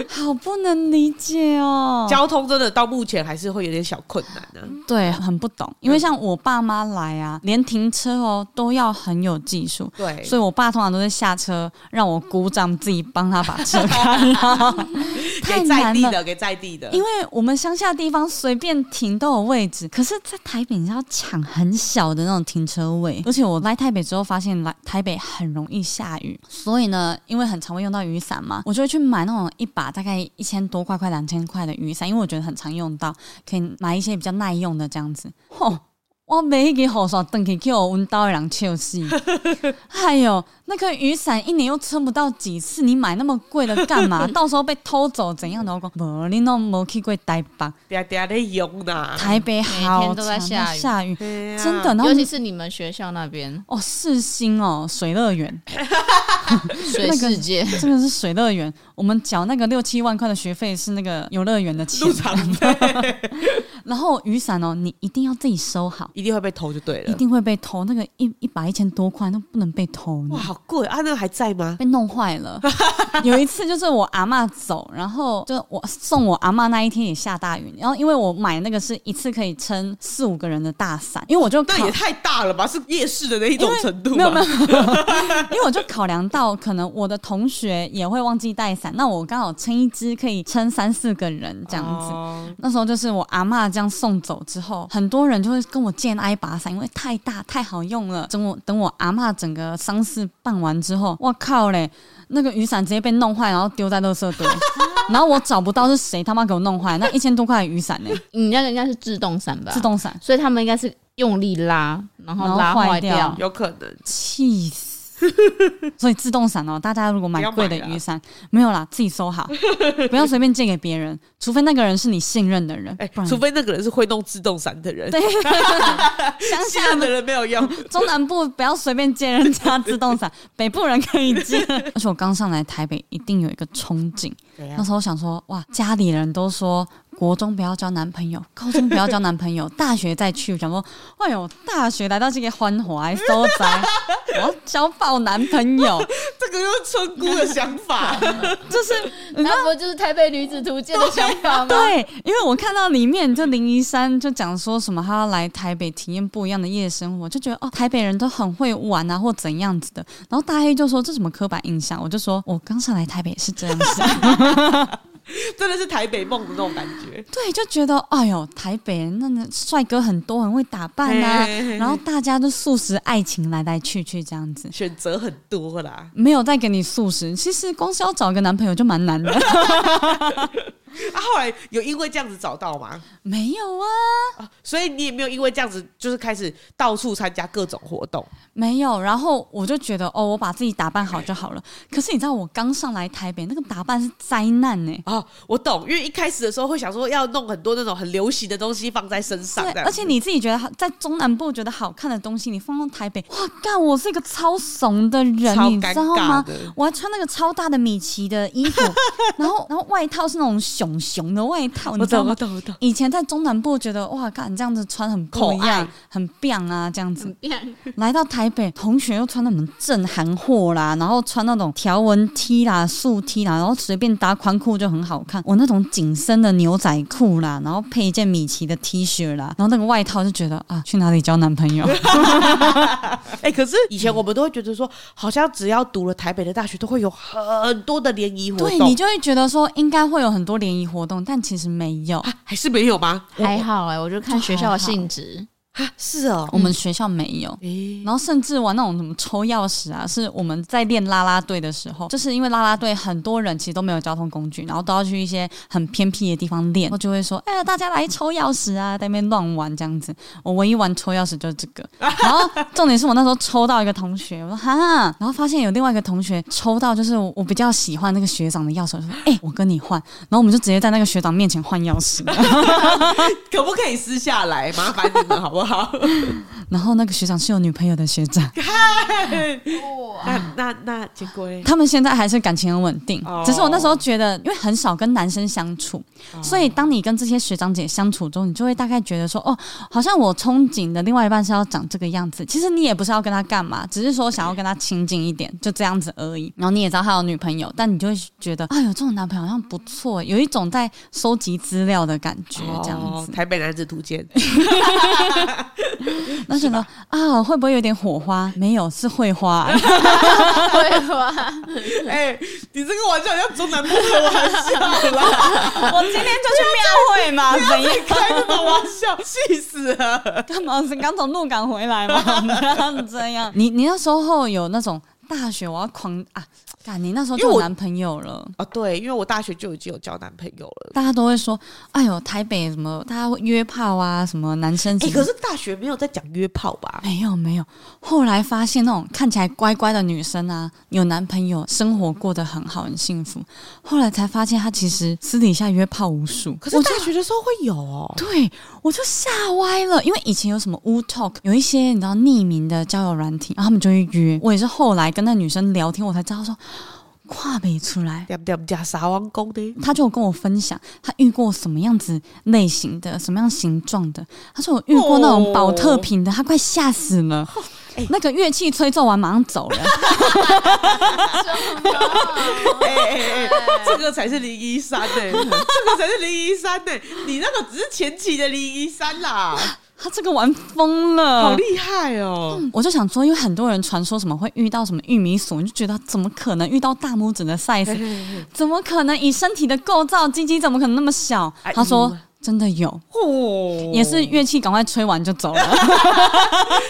好不能理解哦。交通真的到目前还是会有点小困难啊呢、对，很不懂，因为像我爸妈来啊，连停车哦都要很有技术。对，所以，我爸通常都是下车让我姑丈自己帮他把车开好， 太给在难地了。的，给在地的，因为我们乡下地方随便停都有位置，可是，在台北你要抢很小的那种停车位，而且我来台北之后发现来台北很容易下雨，所以呢，因为很常会用到雨伞嘛，我就会去买那种一把大概一千多块、 快两千块的雨伞，因为我觉得很常用到，可以买一些比较耐用的这样子。吼、我每一个雨伞登去给我闻到的人笑 死。哎呦，那个雨伞一年又撑不到几次，你买那么贵的干嘛？到时候被偷走怎样的？我讲，无你都没去过台北，嗲嗲的用呐，台北好每天都在常下雨下雨，对啊真的。然后尤其是你们学校那边哦，四星哦，水乐园，水世界，真的是水乐园。我们缴那个六七万块的学费是那个游乐园的钱入，场费然后雨伞哦，你一定要自己收好，一定会被偷就对一了。定会被偷。那个一一把一千多块，那不能被偷呢哇，好贵啊！那个还在吗？被弄坏了。 有一次就是我阿嬷走，然后就我送我阿嬷那一天也下大雨，然后因为我买那个是一次可以撑四五个人的大伞，因为我就考那也太大了吧？是夜市的那一种程度吗？没有没有， 因为我就考量到可能我的同学也会忘记带伞，那我刚好撑一支可以撑三四个人这样子。哦那时候就是我阿嬷这样送走之后，很多人就会跟我借那一把伞，因为太大太好用了。等我等我阿嬷整个丧事办完之后，我靠嘞，那个雨伞直接被弄坏，然后丢在垃圾 堆，然后我找不到是谁他妈给我弄坏那一千多块的雨伞 呢、你那个应该是自动伞吧？自，动伞，所以他们应该是用力拉，然然后后拉坏坏掉有可能。气 死！所以自动伞哦，大家如果买贵的不要买啦啊雨伞，没有啦，自己收 好，不要随便借给别人，除非那个人是你信任的人，哎、不然除非那个人是会弄自动伞的 人，对 乡现在下的的人没有 用。中南部不要随便借人家自动伞， 北部人可以借。而且我刚上来台北，一定有一个憧憬，那时候想说，哇，家里人都说国中不要交男朋友， 高中不要交男朋友，大学再去。我想说，哎呦，大学来到这个欢华收宅， 我要交爆男朋友。这个就是村姑的想 法，那不就是台北女子图鉴的想法 吗？对，因为我看到里面就林一山就讲说什么他要来台北体验不一样的夜生活，就觉得哦，台北人都很会玩啊，或怎样子的。然后大黑就说这什么刻板印象，我就说我刚上来台北是这样想，真的是台北梦的那种感觉。 对，就觉得哎呦，台北人那那帅哥很多，很会打扮啊，然后大家都素食爱情来来去去这样子。选择很多啦，没有再给你素食，其实光是要找个男朋友就蛮 难的。啊，后来有因为这样子找到吗？没有啊，啊，所以你也没有因为这样子，就是开始到处参加各种活动，没有，然后我就觉得哦，我把自己打扮好就好了。可是你知道，我刚上来台北，那个打扮是灾难欸呢、哦，我懂，因为一开始的时候会想说要弄很多那种很流行的东西放在身上对，这样子，而且你自己觉得好，在中南部觉得好看的东西，你放到台北，哇，干！我是一个超怂的人，超你尴知道吗尬？的。我还穿那个超大的米奇的衣 服，然后然后外套是那种熊熊的外套，哦你我知道懂，吗我？懂，我懂。以前在中南部觉得哇，干这样子穿很不一可爱样，很棒啊，这样子。变来到台北，同学又穿那种正韩货啦，然后穿那种条纹 T 啦、竖 T 啦，然后随便搭宽裤就很好看。我那种紧身的牛仔裤啦，然后配一件米奇的 T 恤啦，然后那个外套就觉得啊，去哪里交男朋友？哎、可是以前我们都会觉得说，好像只要读了台北的大学，都会有很多的联谊活对动你，就会觉得说应该会有很多联谊活动，但其实没有，啊还是没有吗？ 还好哎、我就看学校的性质，啊，是哦。我们学校没有。诶然后甚至玩那种什么抽钥匙啊，是我们在练啦啦队的时候，就是因为啦啦队很多人其实都没有交通工具，然后都要去一些很偏僻的地方练，我就会说，哎、大家来抽钥匙啊，在那边乱玩这样子。我唯一玩抽钥匙就是这个， 然后重点是我那时候抽到一个同学，我说哈，然后发现有另外一个同学抽到，就是我我比较喜欢那个学长的钥匙，我就说，哎、我跟你换，然后我们就直接在那个学长面前换钥匙， 可不可以私下来？麻烦你 们好不好？然后那个学长是有女朋友的学长。那那那结果嘞？他们现在还是感情很稳定，哦只是我那时候觉得，因为很少跟男生相处，所以当你跟这些学长姐相处中，你就会大概觉得说，哦，好像我憧憬的另外一半是要长这个样子。其实你也不是要跟他干嘛，只是说想要跟他亲近一点，就这样子而已。然后你也知道他有女朋友，但你就会觉得，哎呦，这种男朋友好像不错，有一种在收集资料的感觉，这样 哦子。台北男子图 鉴，那觉得啊，会不会有点火花？没有，是会花。对啊吧？哎、你这个玩笑好像中南部的玩笑 啦， 我今天就去庙会嘛，怎样？开什么玩笑？气死了！嗯干嘛？是刚从鹿港回来吗？这样这样，你你那时候有那种大学我要狂啊！干你那时候因就为有我男朋友了。啊，对，因为我大学就已经有交男朋友了。大家都会说：“哎呦，台北什么，大家会约炮啊，什么男生什哎、么。可是大学没有在讲约炮吧？没有没有，后来发现那种看起来乖乖的女生啊，有男朋友，生活过得很好，很幸福。后来才发现她其实私底下约炮无数。可是我就大学的时候会有哦。对我就吓歪了，因为以前有什么 Wu Talk，有一些你知道匿名的交友软体，然后他们就会约。我也是后来跟那女生聊天，我才知道说跨北出来。点点点啥王公的？他就有跟我分享他遇过什么样子类型的、什么样形状的。他说我遇过那种保特瓶的，他快吓死了。哎那个乐器吹奏完马上走了， 哎哎 哎，这个才是零一三呢， 这个才是零一三呢。你那个只是前期的零一三啦，他这个玩疯了好。厉害哦！我就想说，因为很多人传说什么会遇到什么玉米笋，我就觉得怎么可能遇到大拇指的 size？怎么可能以身体的构造，鸡鸡怎么可能那么小？哎他说呦真的有，哦，也是乐器赶快吹完就走了。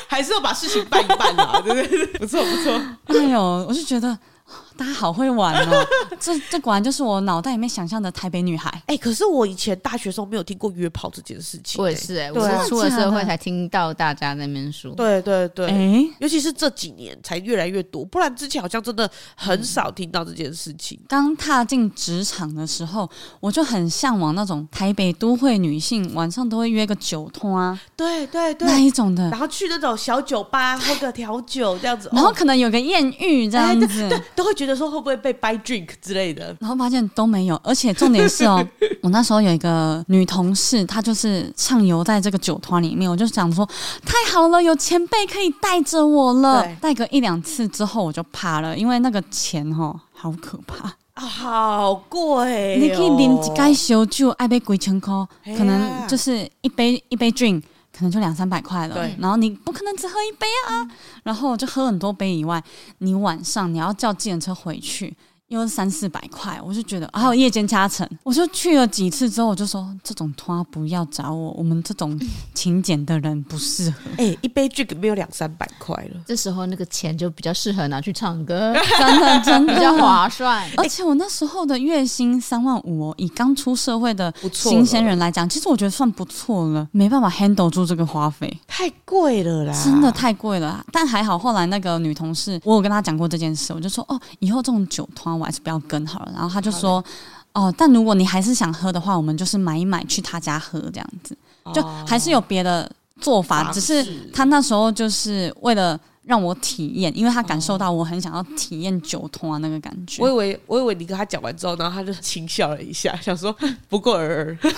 还是要把事情办一办 啦，对不对？不错不错，哎呦，我就觉得哦大家好会玩 哦，这这果然就是我脑袋里面想象的台北女孩。哎、可是我以前大学时候没有听过约炮这件事情、我也。是哎、对啊我是出了社真的假会的才听到大家在那边说。对对对，哎，尤其是这几年才越来越多，不然之前好像真的很少听到这件事情。刚踏进职场的时候，我就很向往那种台北都会女性晚上都会约个酒托啊对对对，哦那一种的然，后去那种小酒吧喝个调酒这样子，然后哦可能有个艳遇这哎样对子。对，都会觉得说会不会被 buy drink 之类的。然后发现都没有，而且重点是哦，我那时候有一个女同事，她就是畅游在这个酒团里面，我就想说，太好了，有前辈可以带着我了对。带个一两次之后，我就怕了，因为那个钱哦，好可怕。啊，好哎贵、哦！你可以领一盖烧酒，爱杯几千块，哎呀可能就是一杯一杯 drink，可能就两三百块了对。然后你不可能只喝一杯啊，然后就喝很多杯以外，你晚上你要叫计程车回去。又是三四百块，我就觉得还有夜间加成，我就去了几次之后，我就说这种拖不要找我，我们这种勤俭的人不 适合，哎、一杯 drink 没有两三百块了。这时候那个钱就比较适合拿去唱歌，真的真的比较划算。 而且我那时候的月薪三万五哦，以刚出社会的不错了新鲜人来讲，其实我觉得算不错了，没办法 handle 住这个花费，太贵了啦！真的太贵了啊。但还好，后来那个女同事，我有跟她讲过这件事，我就说哦，以后这种酒团我还是不要跟好了。然后她就说。哦，但如果你还是想喝的话，我们就是买一买去她家喝这样子，就还是有别的做法，哦方只是式她那时候就是为了让我体验，因为她感受到我很想要体验酒托啊那个感觉。哦我以为我以为你跟他讲完之后，然后他就轻笑了一下， 想说不过尔尔。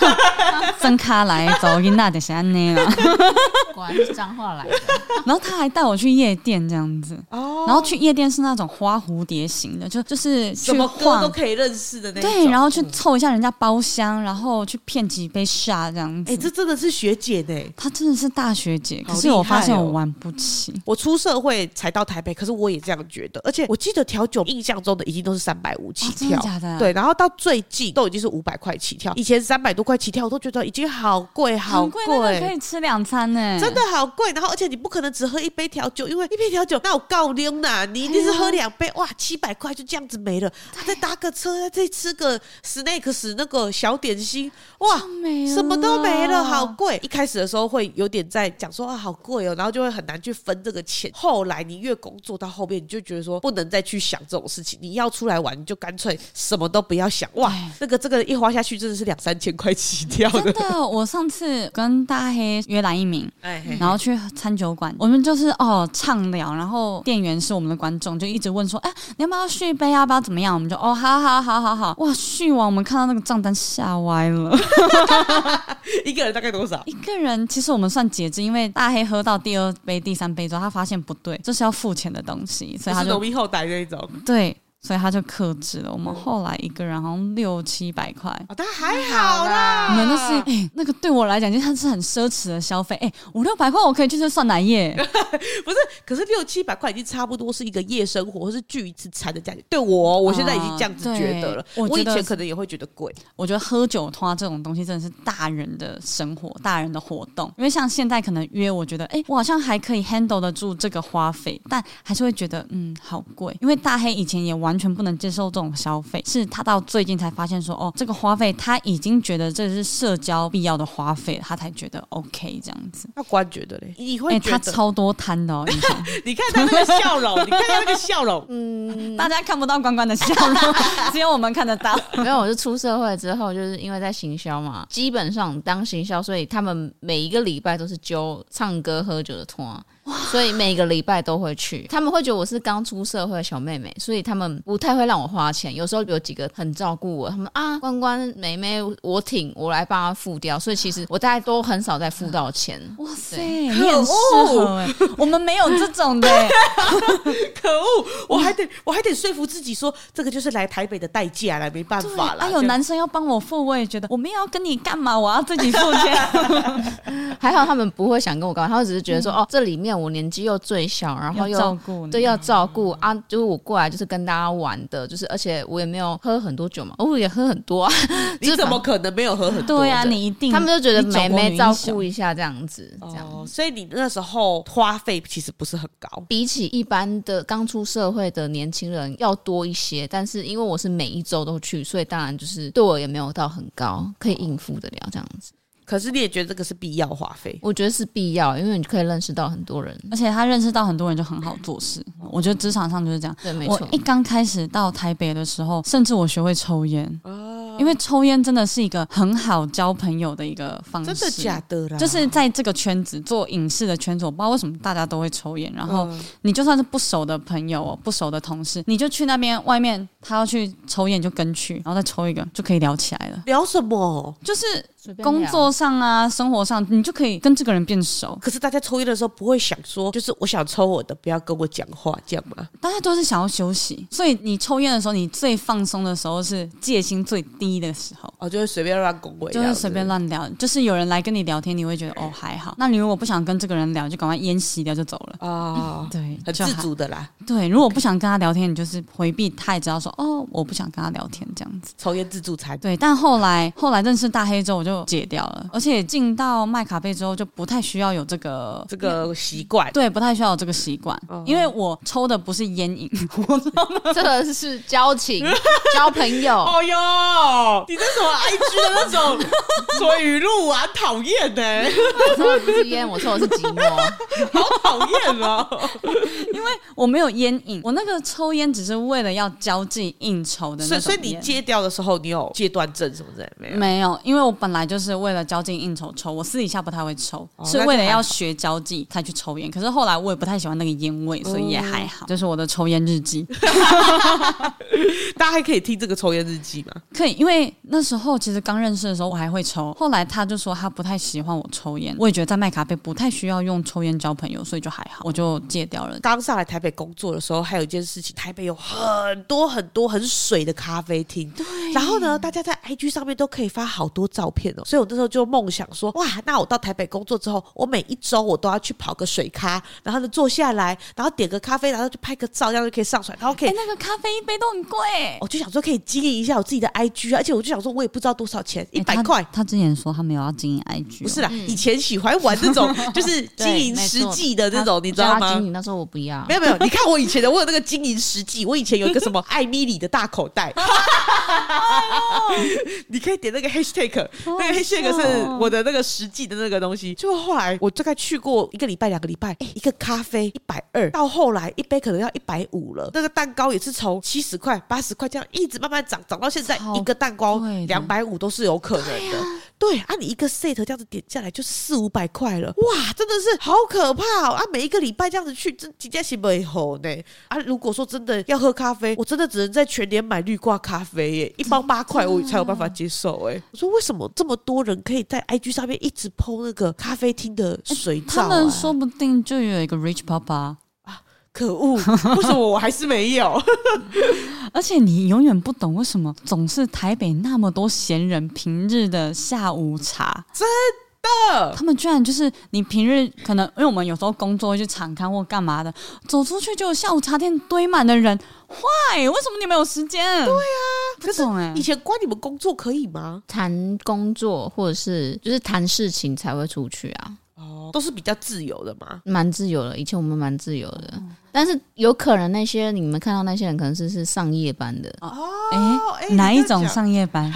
睁开来走囡仔就是安 尼啦。果然是脏话来的。然后他还带我去夜店这样子，哦，然后去夜店是那种花蝴蝶型的，就就是去什么歌都晃，可以认识的那一种对，然后去嗯凑一下人家包厢，然后去骗几杯下这样子。哎、这真的是学姐呢。他真的是大学姐，好可是我发现厉害哦我玩不起。我出社会才到台北，可是我也这样觉得。而且我记得调酒，印象中的已经都是三百五起啊真的跳，假的对。然后到最近都已经是五百块起跳，以前三百多块起跳，我都觉得已经好贵，好很贵，那个可以吃两餐呢、真的好贵。然后，而且你不可能只喝一杯调酒，因为一杯调酒那我告溜呐，你一定是喝两杯，哇，七百块就这样子没了。再搭个车，再吃个 snack，那个小点心，哇，哦没了什么都没了，好贵。一开始的时候会有点在讲说啊，好贵哦，然后就会很难去分这个钱。后来你越工作到后面，你就觉得说不能再去想这种事情，你要出来玩，你就干脆什么都不要想。哇对，那个这个一花下去真的是两三千块起跳真 的。的，我上次跟大黑约来一名，哎，嘿然后去餐酒馆，我们就是哦畅聊，然后店员是我们的观众，就一直问说，哎、你要不要续杯啊？要不要怎么样？我们就哦，好好好好好，哇，续完我们看到那个账单吓歪了， 一个人大概多少？一个人其实我们算节制，因为大黑喝到第二杯、第三杯之后，他发现不对，这是要付钱的东西，所以他是就嗯农民后代那一种。对。所以他就克制了。我们后来一个人好像六七百块，哦，但还好啦，我们那是哎、那个对我来讲，就像是很奢侈的消费。哎、五六百块我可以去吃酸奶液，不是，可是六七百块已经差不多是一个夜生活或是聚一次餐的价钱。对我哦，我现在已经这样子啊觉得了。对我我以觉得前可能也会觉得贵，我觉得喝酒花这种东西真的是大人的生活，大人的活动。因为像现在可能约，我觉得哎、诶我好像还可以 handle 得住这个花费，但还是会觉得嗯，好贵。因为大黑以前也完全不能接受这种消费，是他到最近才发现说，哦，这个花费他已经觉得这是社交必要的花费，他才觉得 OK 这样子。那官觉得嘞，你哎、会觉他得？超多摊的哦，以前 你看他那个笑容， 你看他那个笑容，嗯大家看不到关关的笑容，只有我们看得到。 没有，我是出社会之后，就是因为在行销嘛，基本上当行销，所以他们每一个礼拜都是揪唱歌喝酒的团，所以每个礼拜都会去。他们会觉得我是刚出社会的小妹妹，所以他们不太会让我花钱。有时候有几个很照顾我，他们啊，关关妹妹我挺，我来帮她付掉。所以其实我大概都很少再付到钱。哇塞，对你很适合哎、我们没有这种的、哎可恶！我还得我还得说服自己说，这个就是来台北的代价啦，没办对法啦。哎这呦，样男生要帮我付，我也觉得我们要跟你干嘛？我要自己付 钱。还好他们不会想跟我告白，他们只是觉得说，哦，这里面我年纪又最小，然后又要照顾你对，要照顾啊，就是我过来就是跟大家玩的，就是而且我也没有喝很多酒嘛，哦我也喝很多啊， 你怎么可能没有喝很多的？对啊，你一定。他们就觉得你酒国妹女妹英照雄顾一下这样子，这样。啊哦，所以你那时候花费其实不是很高。比起一般的刚出社会的年轻人要多一些，但是因为我是每一周都去，所以当然就是对我也没有到很高，可以应付得了这样子。可是你也觉得这个是必要花费，我觉得是必要，因为你可以认识到很多人。而且他认识到很多人就很好做事。我觉得职场上就是这样。对，没我错一。刚开始到台北的时候，甚至我学会抽烟，因为抽烟真的是一个很好交朋友的一个方式。真的假的啦？嗯就是在这个圈子做影视的圈子，我不知道为什么大家都会抽烟。然后嗯你就算是不熟的朋友、哦，不熟的同事，你就去那边外面，他要去抽烟你就跟去，然后再抽一个就可以聊起来了。聊什么？就是随便聊工 作上啊，生活上，你就可以跟这个人变熟。可是大家抽烟的时候不会想说，就是我想抽我的，不要跟我讲话，这样吗？大家都是想要休息，所以你抽烟的时候，你最放松的时候是戒心最低的时候。哦，就会随便乱恭维，就是随便乱。乱聊，就是有人来跟你聊天，你会觉得哦还好。那你如果不想跟这个人聊，就赶快烟吸掉就走了。啊，对，很嗯就自还主的啦，对，如果不想跟他聊天，你就是回避，他也知道说哦，我不想跟他聊天这样子。抽烟自助 餐。对，但后来后来认识大黑之后，我就戒掉了，而且进到麦卡贝之后，就不太需要有这个这个习惯，对，不太需要有这个习惯，哦因为我抽的不是烟瘾， 我这个是 交情，交朋友。哦哟，你这什么 IG 的那种 什么语录啊，讨厌呢，我抽的不是烟，我抽的是寂寞。好讨厌哦！我没有烟瘾，我那个抽烟只是为了要交际应酬的所那以，种所以烟。你戒掉的时候，你有戒断症什么之类的没有？没有，因为我本来就是为了交际应酬抽，我私底下不太会抽，哦是那就为了还要好学交际才去抽烟。可是后来我也不太喜欢那个烟味，所以哦也还好。这、是我的抽烟日记，大家还可以听这个抽烟日记吗？可以，因为那时候其实刚认识的时候我还会抽，后来他就说他不太喜欢我抽烟，我也觉得在麦咖啡不太需要用抽烟交朋友，所以就还 好，我就戒掉了。刚上来台北工作的时候，还有一件事情，台北有很多很多很水的咖啡厅。对。然后呢，大家在 IG 上面都可以发好多照片哦。所以我那时候就梦想说，哇，那我到台北工作之后，我每一周我都要去跑个水咖，然后呢坐下来，然后点个咖啡，然后就拍个照，这样就可以上传，然后可以哎、那个咖啡一杯都很贵、我就想说可以经营一下我自己的 IG，啊而且我就想说我也不知道多少钱，一哎百他块。他之前说他没有要经营 IG，不是哦啦，以前喜欢玩这种就是经营没实错际的那种，你知叫道他经吗？理那时候我不要没，有没有，你看我以前的，我有那个经营实际，我以前有一个什么艾米丽的大口袋， 你可以点那个 hashtag，好那个好笑 hashtag 哦是我的那个实际的那个东西。结果后来我大概去过一个礼拜、两个礼拜，哎一个咖啡一百二，到后来一杯可能要一百五了。那个蛋糕也是从七十块、八十块这样一直慢慢涨，涨到现在超一个蛋糕贵的两百五都是有可能的。对啊，你一个 set 这样子点下来就是四五百块了，哇，真的是好可怕哦！啊，每一个礼拜这样子去，真几家是没猴呢。啊，如果说真的要喝咖啡，我真的只能在全年买绿挂咖啡耶，一包八块，我才有办法接受。哎，我说为什么这么多人可以在 IG 上面一直 PO 那个咖啡厅的水照、他啊们说不定就有一个 Rich Papa。可恶，为什么我还是没 有？而且你永远不懂为什么总是台北那么多闲人平日的下午茶，真的，他们居然就是你平日可能因为我们有时候工作会去场刊或干嘛的，走出去就有下午茶店堆满的人，坏，为什么你们有时间？对啊，不懂哎、以前关你们工作可以吗？谈工作或者是就是谈事情才会出去啊，哦，都是比较自由的嘛。蛮自由的。以前我们蛮自由的，但是有可能那些你们看到那些人可能是是上夜班的，哎、哦，哎、哪你一这样种讲上夜 班？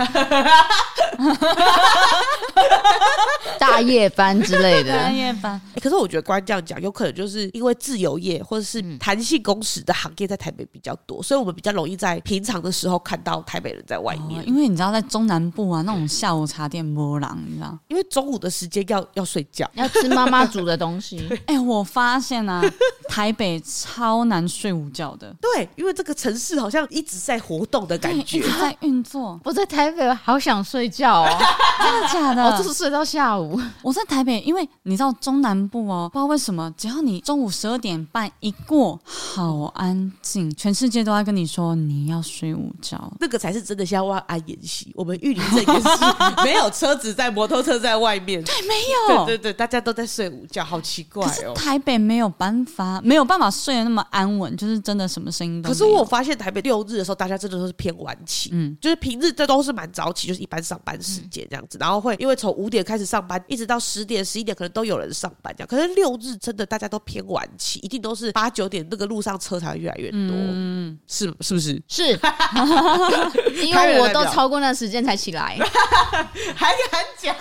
大夜班之类 上的。夜班欸可是我觉得光这样讲，有可能就是因为自由业或者是嗯弹性工时的行业在台北比较多，所以我们比较容易在平常的时候看到台北人在外面，哦，因为你知道在中南部啊，那种下午茶店波浪，你知 道？因为中午的时间要要睡觉。要吃妈妈煮的东西，哎、我发现啊，台北超难睡午觉的，对，因为这个城市好像一直在活动的感对一觉。直在运作， 我在台北好想睡觉哦， 真的假的？哦我就是睡到下午。我在台北，因为你知道中南部哦，不知道为什么，只要你中午十二点半一过，好安静，全世界都在跟你说你要睡午觉。 那个才是真的像万安演习，我们玉林这 也是没有车子在，摩托车在外面。对，没有，对对，大家都在睡午觉，好奇怪哦可是哦。台北没有办法，没有办法睡得那么安稳，就是真的什么声音都可没有。是我发现台北六日的时候，大家真的都是偏晚起，嗯就是平日这都是蛮早起，就是一般上班时间这样子，然后会因为从五点开始上班，一直到十点、十一点，可能都有人上班这样。可是六日真的大家都偏晚起，一定都是八九点那个路上车才会越来越多，嗯，是是不是？ 是， 因为我都超过那时间才起来。还敢讲？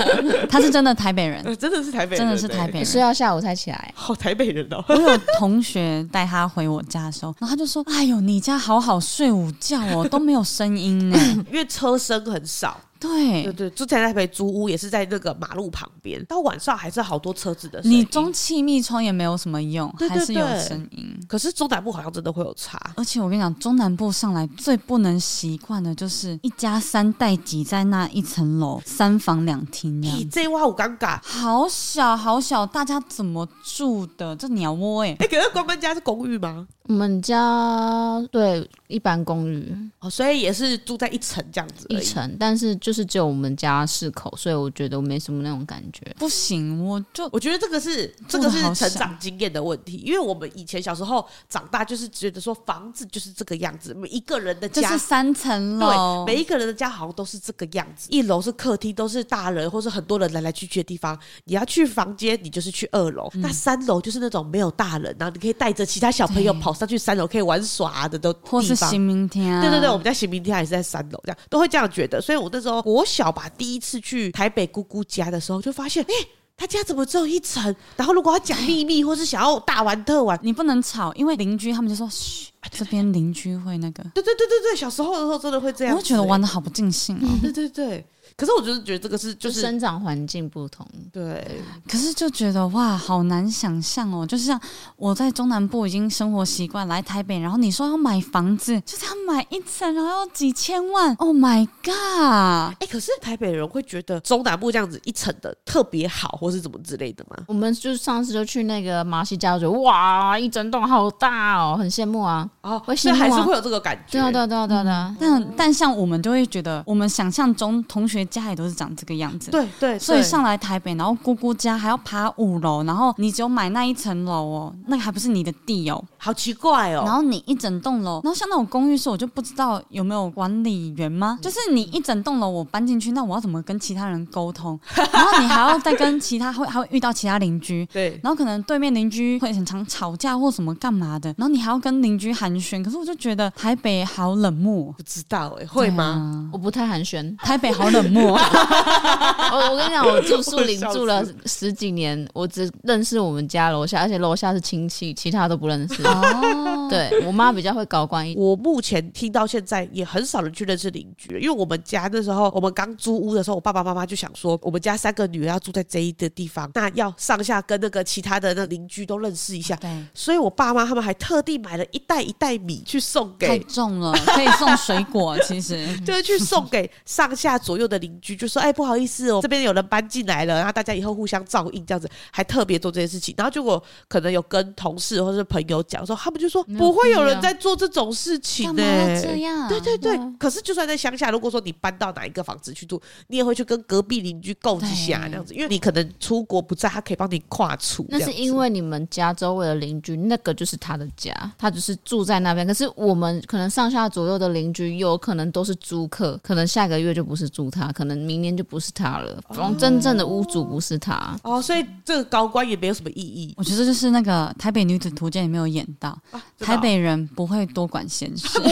他是真的台北人，呃真的是台北人、真的是台北欸，我人。睡到下午才起来， 好台北人哦。我有同学带他回我家的时候，然后他就说：“哎呦，你家好好睡午觉 哦，都没有声音呢。因为车声很少，”对对，对，之前在台北租屋也是在那个马路旁边，到晚上还是好多车子的声音。你中气密窗也没有什么用，对对还是有对声音。可是中南部好像真的会有差，而且我跟你讲，中南部上来最不能习惯的就是一家三代挤在那一层楼，三房两厅这样咦，子，这哇好尴 尬。好小好小，大家怎么住的？这鸟窝哎、哎、可是关关家是公寓吗？我们家对一般公寓哦，所以也是住在一层这样子而一已。层，但是就是只有我们家四口，所以我觉得我没什么那种感觉。不行，我就我觉得这个是这个是好成小长经验的问题，因为我们以前小时候长大就是觉得说房子就是这个样子，每一个人的就家是三层楼，对，每一个人的家好像都是这个样子，一楼是客厅，都是大人或是很多人来来去去的地方。你要去房间，你就是去二楼；那三楼就是那种没有大人，然后你可以带着其他小朋友对跑上去三楼可以玩耍的都或是地方新明天、啊，对对对，我们家行明天还是在三楼，这样都会这样觉得。所以我那时候国小吧，第一次去台北姑姑家的时候，就发现，哎、他家怎么只有一层？然后如果要讲秘密，或是想要大玩特玩，你不能吵，因为邻居他们就说：“嘘，哎这边邻居会那个。对对对对对，小时候的时候真的会这”样我子，会觉得玩的好不尽兴哦。对对对。可是我就是觉得这个是就就是是生长环境不同，对，可是就觉得哇，好难想象哦。就是像我在中南部已经生活习惯，来台北，然后你说要买房子，就是要买一层，然后要几千万。Oh my god！哎、可是台北人会觉得中南部这样子一层的特别好，或是怎么之类的吗？我们就是上次就去那个马戏家，我觉得哇，一整栋好大哦，很羡慕啊。哦，会所以羡慕还是啊会有这个感觉。对啊，对啊，对啊，对啊，对啊。但但像我们就会觉得，我们想象中同学家也都是长这个样子。对对，所以对上来台北，然后姑姑家还要爬五楼，然后你只有买那一层楼哦，那个还不是你的地哦。好奇怪然哦。后你一整栋楼，然后像那种公寓式，我就不知道有没有管理员吗？嗯就是你一整栋楼我搬进去，那我要怎么跟其他人沟通？然后你还要再跟其他会还会遇到其他邻居。对，然后可能对面邻居会很常吵架或什么干嘛的，然后你还要跟邻居寒暄。可是我就觉得台北好冷漠，不知道哎、会吗？吗？我不太寒暄，台北好冷 漠，我我跟你讲，我住树我林笑住了十几年，我只认识我们家楼下，而且楼下是亲戚，其他都不认识。哦哦对我妈比较会搞关一点，我目前听到现在也很少人去认识邻居，因为我们家那时候我们刚租屋的时候，我爸爸妈妈就想说，我们家三个女儿要住在这一个地方，那要上下跟那个其他的那邻居都认识一下。对，所以我爸妈他们还特地买了一袋一袋米去送太给。重了，可以 送水果。其实就是去送给上下左右的邻居，就说：“哎、不好意思哦，这边边有人搬进来了，然后大家以后互相照应这样子，还特别做这件事情。然后结果可能有跟同事或是朋友讲说，他们就说没有不会有必人要在做这种事情干呢、嘛要这样？对对对，嗯可是就算在乡下，如果说你搬到哪一个房子去住，你也会去跟隔壁邻居购一下对那样子，因为你可能出国不在，他可以帮你跨出。那是因为为你们家周围的邻居，那个就是他的家，他只是住在那边。可是我们可能上下左右的邻居，有可能都是租客，可能下个月就不是住他，可能明年就不是他了。然后真正的屋主不是他，哦，所以这个高官也没有什么意义。我觉得就是那个台北女子图鉴也没有演到，真的台哦北人不会多管闲事，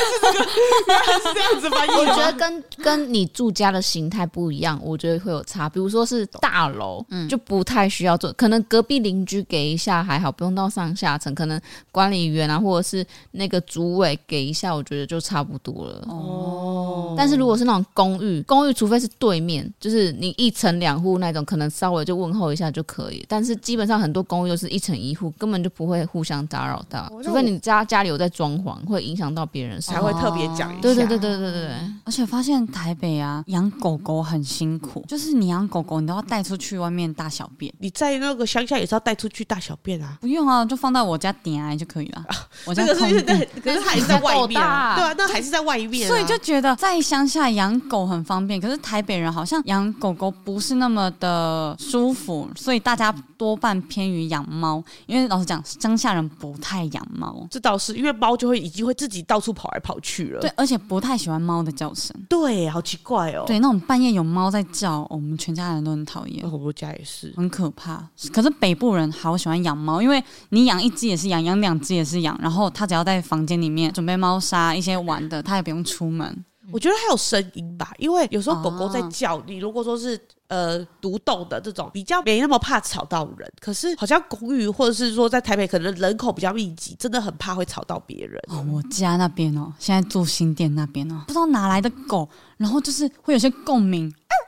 是这样子翻译 我觉吗？得跟跟你住家的形态不一样，我觉得会有差。比如说是大楼，嗯就不太需要做，可能隔壁邻居给一下还好，不用到上下层，可能管理员啊或者是那个主委给一下，我觉得就差不多了。哦但是如果是那种公寓，公寓除非是对面，就是你一层两户那种，可能稍微就问候一下就可以。但是基本上很多公寓都是一层一户，根本就不会互相打扰到，除非你家家里有在装潢，会影响到别人哦生才活。会特别讲一下。对对对对对对对。而且发现台北啊养狗狗很辛苦，就是你养狗狗你都要带出去外面大小便。你在那个乡下也是要带出去大小便啊。不用啊，就放到我家顶啊就可以了。我 这家个空是地，对，可是它还是在外够面大啊，啊对啊，那还是在外面啊。所以就觉得在乡下养狗很方便，可是台北人好像养狗狗不是那么的舒服，所以大家多半偏于养猫。因为老实讲，乡下人不太养猫，这倒是因为猫就会已经会自己到处跑来跑去了。对，而且不太喜欢猫的叫声。对，好奇怪哦。对，那种半夜有猫在叫，我们全家人都很讨厌那。哦我们家也是。很可怕。可是北部人好喜欢养猫，因为你养一只也是养，养两只也是养，然后他只要在房间里面准备猫砂、一些玩的，他也不用出门。我觉得还有声音吧，因为有时候狗狗在哦叫，你如果说是呃独栋的这种，比较没那么怕吵到人。可是好像公寓或者是说在台北，可能人口比较密集，真的很怕会吵到别人。哦，我家那边哦，现在住新店那边哦，不知道哪来的狗，然后就是会有些共鸣，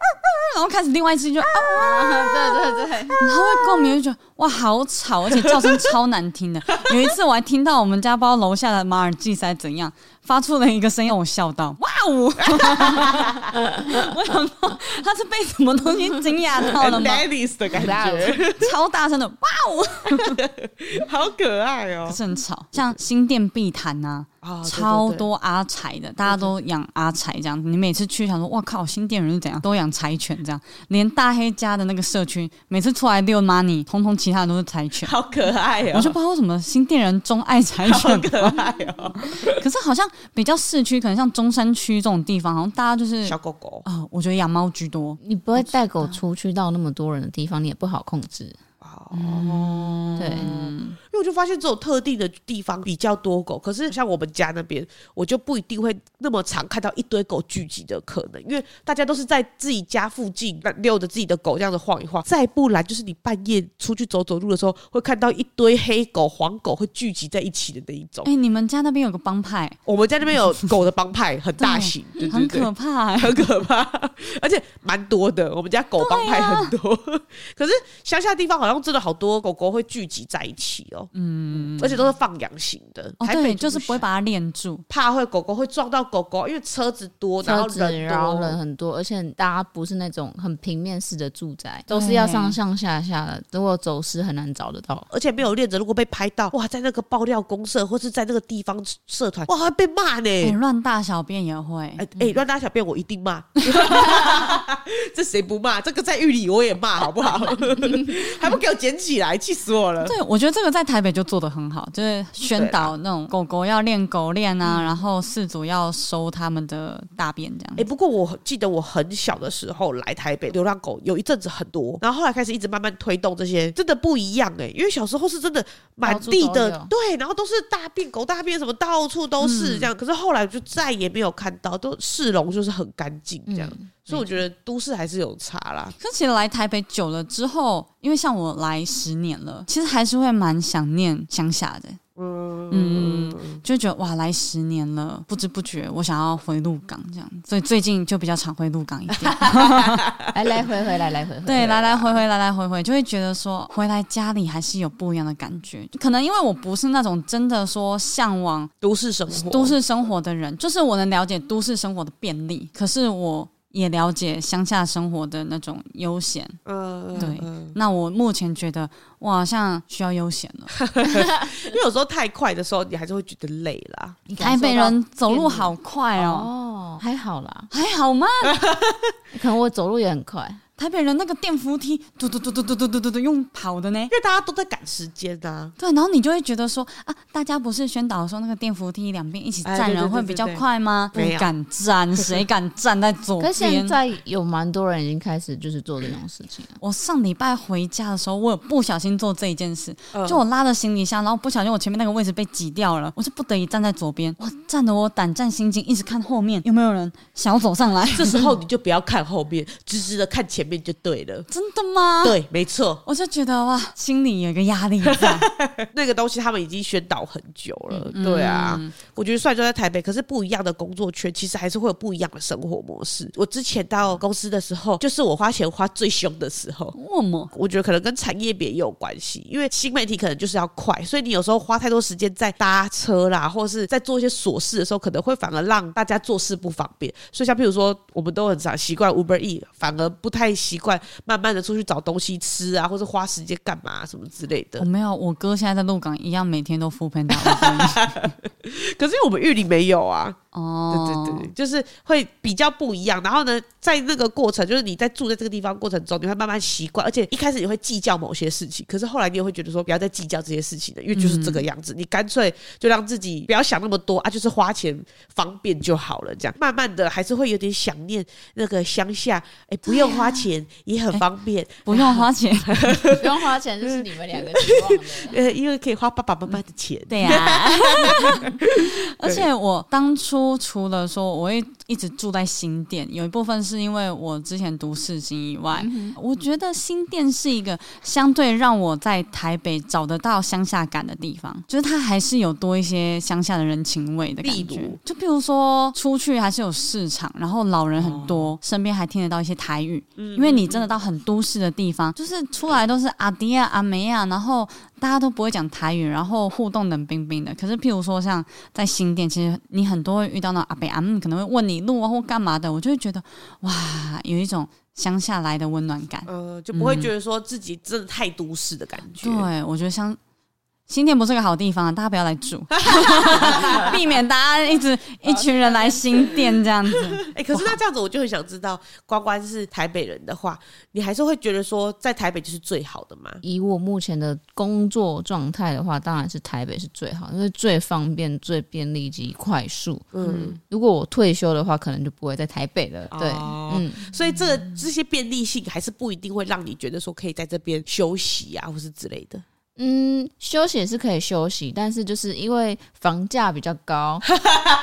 然后开始另外一只就，然啊对对对，后会共鸣，就觉得哇好吵，而且叫声超难听的。有一次我还听到我们家不知道楼下的马尔济斯还怎样发出了一个声音，让我笑到哇哦！我想说他是被什么东西惊讶哦 到了吗？ Dennis 的感哇觉，超大声的，哇哦，好可爱可哦！是很吵。像新店碧潭呐、啊超，多阿柴的，大家都养阿柴这样。你每次去想说，哇靠，新店人是怎样，都养柴犬这样。连大黑家的那个社区，每次出来遛 money，通通其他人都是柴对对对犬。 好可爱哦！我就不知道为什么新店人钟爱柴好犬，可爱哦，可 是好像比较市区，可能像中山区这种地方，好像大家就是小狗狗啊、我觉得养猫居多。你不会带狗出去到那么多人的地方，你也不好控制。哦。对，因为我就发现这种特定的地方比较多狗，可是像我们家那边，我就不一定会那么常看到一堆狗聚集的可能，因为大家都是在自己家附近遛着自己的狗这样子晃一晃，再不然就是你半夜出去走走路的时候，会看到一堆黑狗、黄狗会聚集在一起的那一种。哎、你们家那边有个帮派，我们家那边有狗的帮派，很大型，对对嗯很对可。怕、欸。很可怕，而且蛮多的。我们家狗帮派很多， 可是乡下地方好像真的好多狗狗会聚集在一起哦。嗯，而且都是放养型的，哦，台北对，就是啊不会把它链住。怕会狗狗会撞到狗狗，因为车子多，然车后子人然后多。人很多，而且大家不是那种很平面式的住宅，都是要上上下下的，如果走失很难找得到。而且没有链着，如果被拍到，哇，在那个爆料公社或是在那个地方社团，哇，会被骂呢。哎、乱大小便也会。哎哎，乱、大小便我一定骂，这谁不骂？这个在狱里我也骂，好不好？还不给我捡起来，气死我了！对，我觉得这个在台北就做的很好，就是宣导啊那种狗狗要练狗链啊，嗯然后饲主要收他们的大便这样哎、。不过我记得我很小的时候来台北，流浪狗有一阵子很多，然后后来开始一直慢慢推动这些，真的不一样哎、因为小时候是真的满地到处都的有，对，然后都是大便狗大便什么到处都是这样，可是后来就再也没有看到，都市容就是很干净这样，所以我觉得都市还是有差啦。可其实来台北久了之后，因为像我来十年了，其实还是会蛮想念乡下的。嗯，就觉得哇，来十年了，不知不觉我想要回鹿港这样，所以最近就比较常回鹿港一 点。来来回回，来来回回，对，啊来来回回，来来回回，就会觉得说回来家里还是有不一样的感觉。可能因为我不是那种真的说向往都市生活，都市生活的人，就是我能了解都市生活的便利，可是我也了解乡下生活的那种悠闲。嗯，对嗯那我目前觉得我好像需要悠闲了。因为有时候太快的时候，你还是会觉得累啦。你感台受到北人走路好快哦，哦，还好啦，还好吗？可能我走路也很快。台北人那个电扶梯，嘟嘟嘟嘟嘟嘟嘟嘟嘟，用跑的呢。因为大家都在赶时间啊呐、对，然后你就会觉得说啊，大家不是宣导说那个电扶梯两边一起哎站对对人会对比对较对快吗？不没有敢站，谁敢站在左可是现哦边？在有蛮多人已经开始就是做这种事情 了。我上礼拜回家的时候，我有不小心做这一件事，嗯就我拉着行李箱，然后不小心我前面那个位置被挤掉了，我就不得已站在左边，哇，站得我胆战心惊，一直看后面有没有人想要走上 来。这时候你就不要看后面，直直的看前面就对了。真的吗？对，没错，我就觉得哇，心里有一个压力在。那个东西他们已经宣导很久了。 嗯对啊，我觉得虽然就在台北，可是不一样的工作圈，其实还是会有不一样的生活模式。我之前到公司的时候，就是我花钱花最凶的时候。我么？我觉得可能跟产业别也有关系，因为新媒体可能就是要快，所以你有时候花太多时间在搭车啦，或是在做一些琐事的时候，可能会反而让大家做事不方便。所以像譬如说，我们都很常习惯 Uber E，反而不太习惯慢慢的出去找东西吃啊，或是花时间干嘛、什么之类的我。没有，我哥现在在鹿港一样，每天都敷喷打 Uber 可是因为我们玉里没有啊，哦，对对对，就是会比较不一样。然后呢，在那个过程，就是你在住在这个地方过程中，你会慢慢习惯，而且一开始你会计较某些事情，可是后来你也会觉得说，不要再计较这些事情了，因为就是这个样子，你干脆就让自己不要想那么多啊，就是花钱方便就好了。这样慢慢的还是会有点想念那个乡下，哎、不用花钱、也很方便，不用花钱。不用花钱，就是你们两个期望的。呃，因为可以花爸爸妈妈的钱。哎对呀、 而且我当初除了说我会一直住在新店，有一部分是因为我之前读世新以外，嗯我觉得新店是一个相对让我在台北找得到乡下感的地方，就是它还是有多一些乡下的人情味的感例觉如。就比如说出去还是有市场，然后老人很哦多，身边还听得到一些台语，嗯因为你真的到很都市的地方，就是出来都是阿迪亚、阿梅亚，然后大家都不会讲台语，然后互动冷冰冰的。可是，譬如说像在新店，其实你很多会遇到那种阿北阿姆可能会问你路啊或干嘛的，我就会觉得哇，有一种乡下来的温暖感。呃，就不会觉得说自己真的太都市的感觉。对，我觉得像新店不是个好地方、啊，大家不要来住，避免大家一直一群人来新店这样子。哎、可是那这样子，我就很想知道，关关是台北人的话，你还是会觉得说，在台北就是最好的吗？以我目前的工作状态的话，当然是台北是最好，因为最方便、最便利及快速。嗯，如果我退休的话，可能就不会在台北了。对，哦嗯，所以这个这些便利性还是不一定会让你觉得说可以在这边休息啊，或是之类的。嗯，休息也是可以休息，但是就是因为房价比较 高，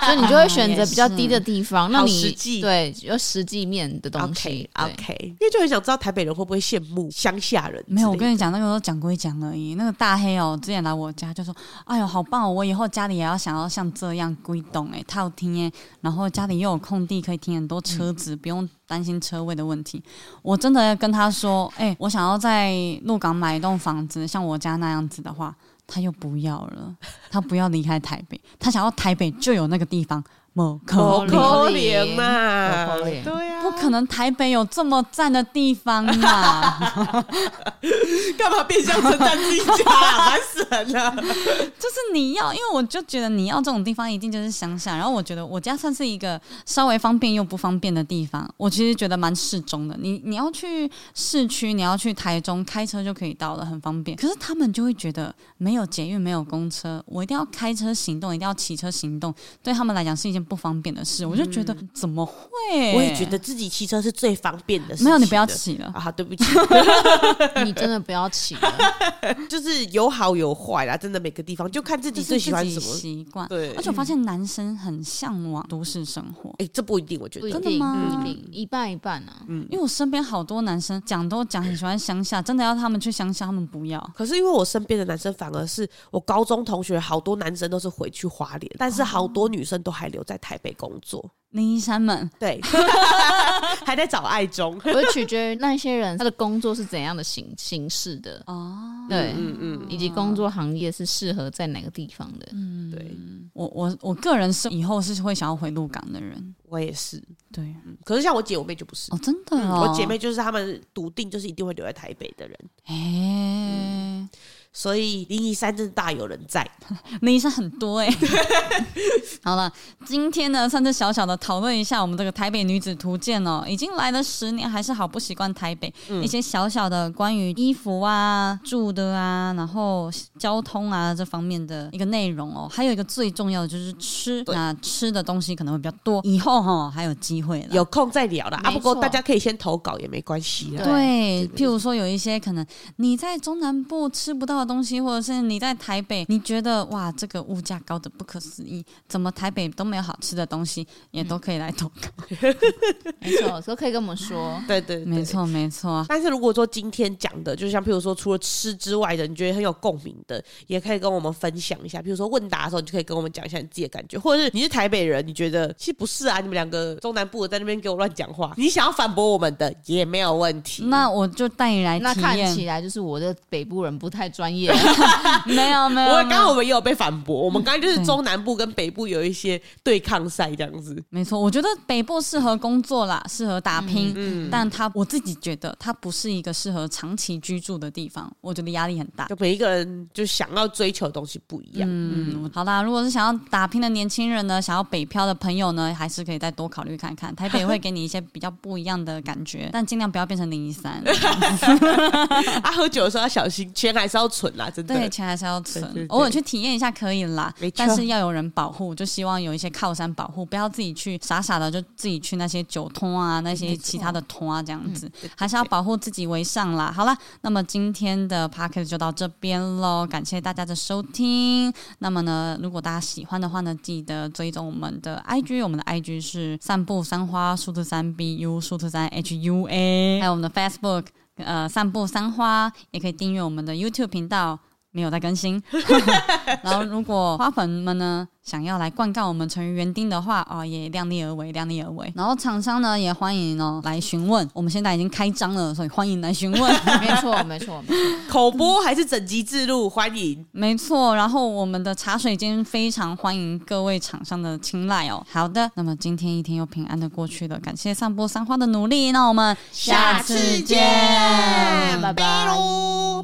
所以你就会选择比较低的地方。那哦好你实际对有实际面的东西 OK。OK，因为就很想知道台北人会不会羡慕乡下人之类的。没有，我 跟你讲，那个时候讲归讲而已。那个大黑哦，之前来我家就说：“哎呦，好棒哦！我以后家里也要想要像这样归懂哎，套厅哎，然后家里又有空地可以停很多车子，不用担心车位的问题。”我真的跟他说：“哎、我想要在鹿港买一栋房子，像我家那样子的话，他又不要了，他不要离开台北，他想要台北就有那个地方，某好可怜好 可怜嘛，可怜对啊，不可能台北有这么赞的地方啦。”干嘛变相称赞自己家啊， 烦死人了。 就是你要，因为我就觉得你要这种地方一定就是乡下，然后我觉得我家算是一个稍微方便又不方便的地方，我其实觉得蛮适中的。你你要去市区，你要去台中，开车就可以到了，很方便。可是他们就会觉得没有捷运，没有公车，我一定要开车行动，一定要骑车行动，对他们来讲是一件不方便的事。我就觉得、怎么会？我也觉得自己骑车是最方便的事情没的。有，你不要骑了。 啊，好对不起，你真的不要骑 了，就是有好有坏啦，真的每个地方就看自己就是最喜欢自己什么。习惯，对而且我发现男生很向往都市生活，哎、这不一定，我觉不一得真的定，不吗一定，一半一半啊。因为我身边好多男生讲都讲很喜欢乡下，真的要他们去乡下，他们不要。可是因为我身边的男生反而是我高中同学，好多男生都是回去花莲，但是好多女生都还留在台北工作，林一山们， 对，还在找爱中。 我就取决于那些人他的工作是怎样的形形式的哦，对，嗯嗯，以及工作行业是适合在哪个地方的。嗯对，我我我个人是以后是会想要回鹿港的人，我也是。对，可是像我姐我妹就不是，哦，真的嗯哦，我姐，妹就是她们笃定就是一定会留在台北的人，哎，所以林一山真的大有人在。林一山很多哎。 好了，今天呢，算是小小的讨论一下我们这个台北女子图鉴哦，已经来了十年，还是好不习惯台北、一些小小的关于衣服啊、住的啊，然后交通啊这方面的一个内容哦。还有一个最重要的就是吃，对那吃的东西可能会比较多，以后哈、还有机会了。有空再聊啦。啊，没不过错大家可以先投稿也没关系啦。对，譬如说有一些可能你在中南部吃不到的东西，或者是你在台北，你觉得哇，这个物价高的不可思议，怎么台北都没有好吃的东西，也都可以来投稿。没错，都可以跟我们说。对对，对没。错，没错。但是如果说今天讲的，就像譬如说除了吃之外的，你觉得很有共鸣的，也可以跟我们分享一下。譬如说问答的时候，你就可以跟我们讲一下你自己的感觉，或者是你是台北人，你觉得其实不是啊，你们两个中南部的在那边给我乱讲话，你想要反驳我们的也没有问题。那我就带你来那体看起验，来就是我的北部人不太专业，没有没有，我刚没刚有我们也有被反驳，我们刚刚就是对中南部跟北部有一些对抗赛这样子。没错，我觉得北部适合工作啦，适合打拼，但它我自己觉得它不是一个适合长期居住的地方，我觉得压力很大。就每一个人就想要追求的东西不一样，嗯，好啦，如果是想要打拼的年轻人呢，想要北漂的朋友呢，还是可以再多考虑看看，台北会给你一些比较不一样的感 觉，但尽量不要变成零一三，啊，喝酒的时候要小心，钱还是要存啦，真的。对，钱还是要存对对对，偶尔去体验一下可以啦没，错但是要有人保护，就希望有一些靠山保护，不要自己去傻傻的就自己去那些酒通啊，那些其他的通啊这样子，还是要保护自己为上啦。好啦，那么今天的 p o c k e t 就到这边喽，感谢大家的收听。那么呢，如果大家喜欢的话呢，记得追踪我们的 IG，我们的 IG 是散步三花数字三 BU 数字三 HUA，还有我们的 Facebook。呃，散步三花也可以订阅我们的 YouTube 频道，没有在更新。 然后，如果花粉们呢想要来灌溉我们成员园丁的话，哦，也量力而为，量力而为。然后厂商呢也欢迎哦来询问，我们现在已经开张了，所以欢迎来询问。 没错，没错，没错口播还是整集制录，欢迎。没错，然后我们的茶水间非常欢迎各位厂商的青睐哦。好的，那么今天一天又平安的过去了，感谢散播三花的努力，那我们下次见拜拜拜喽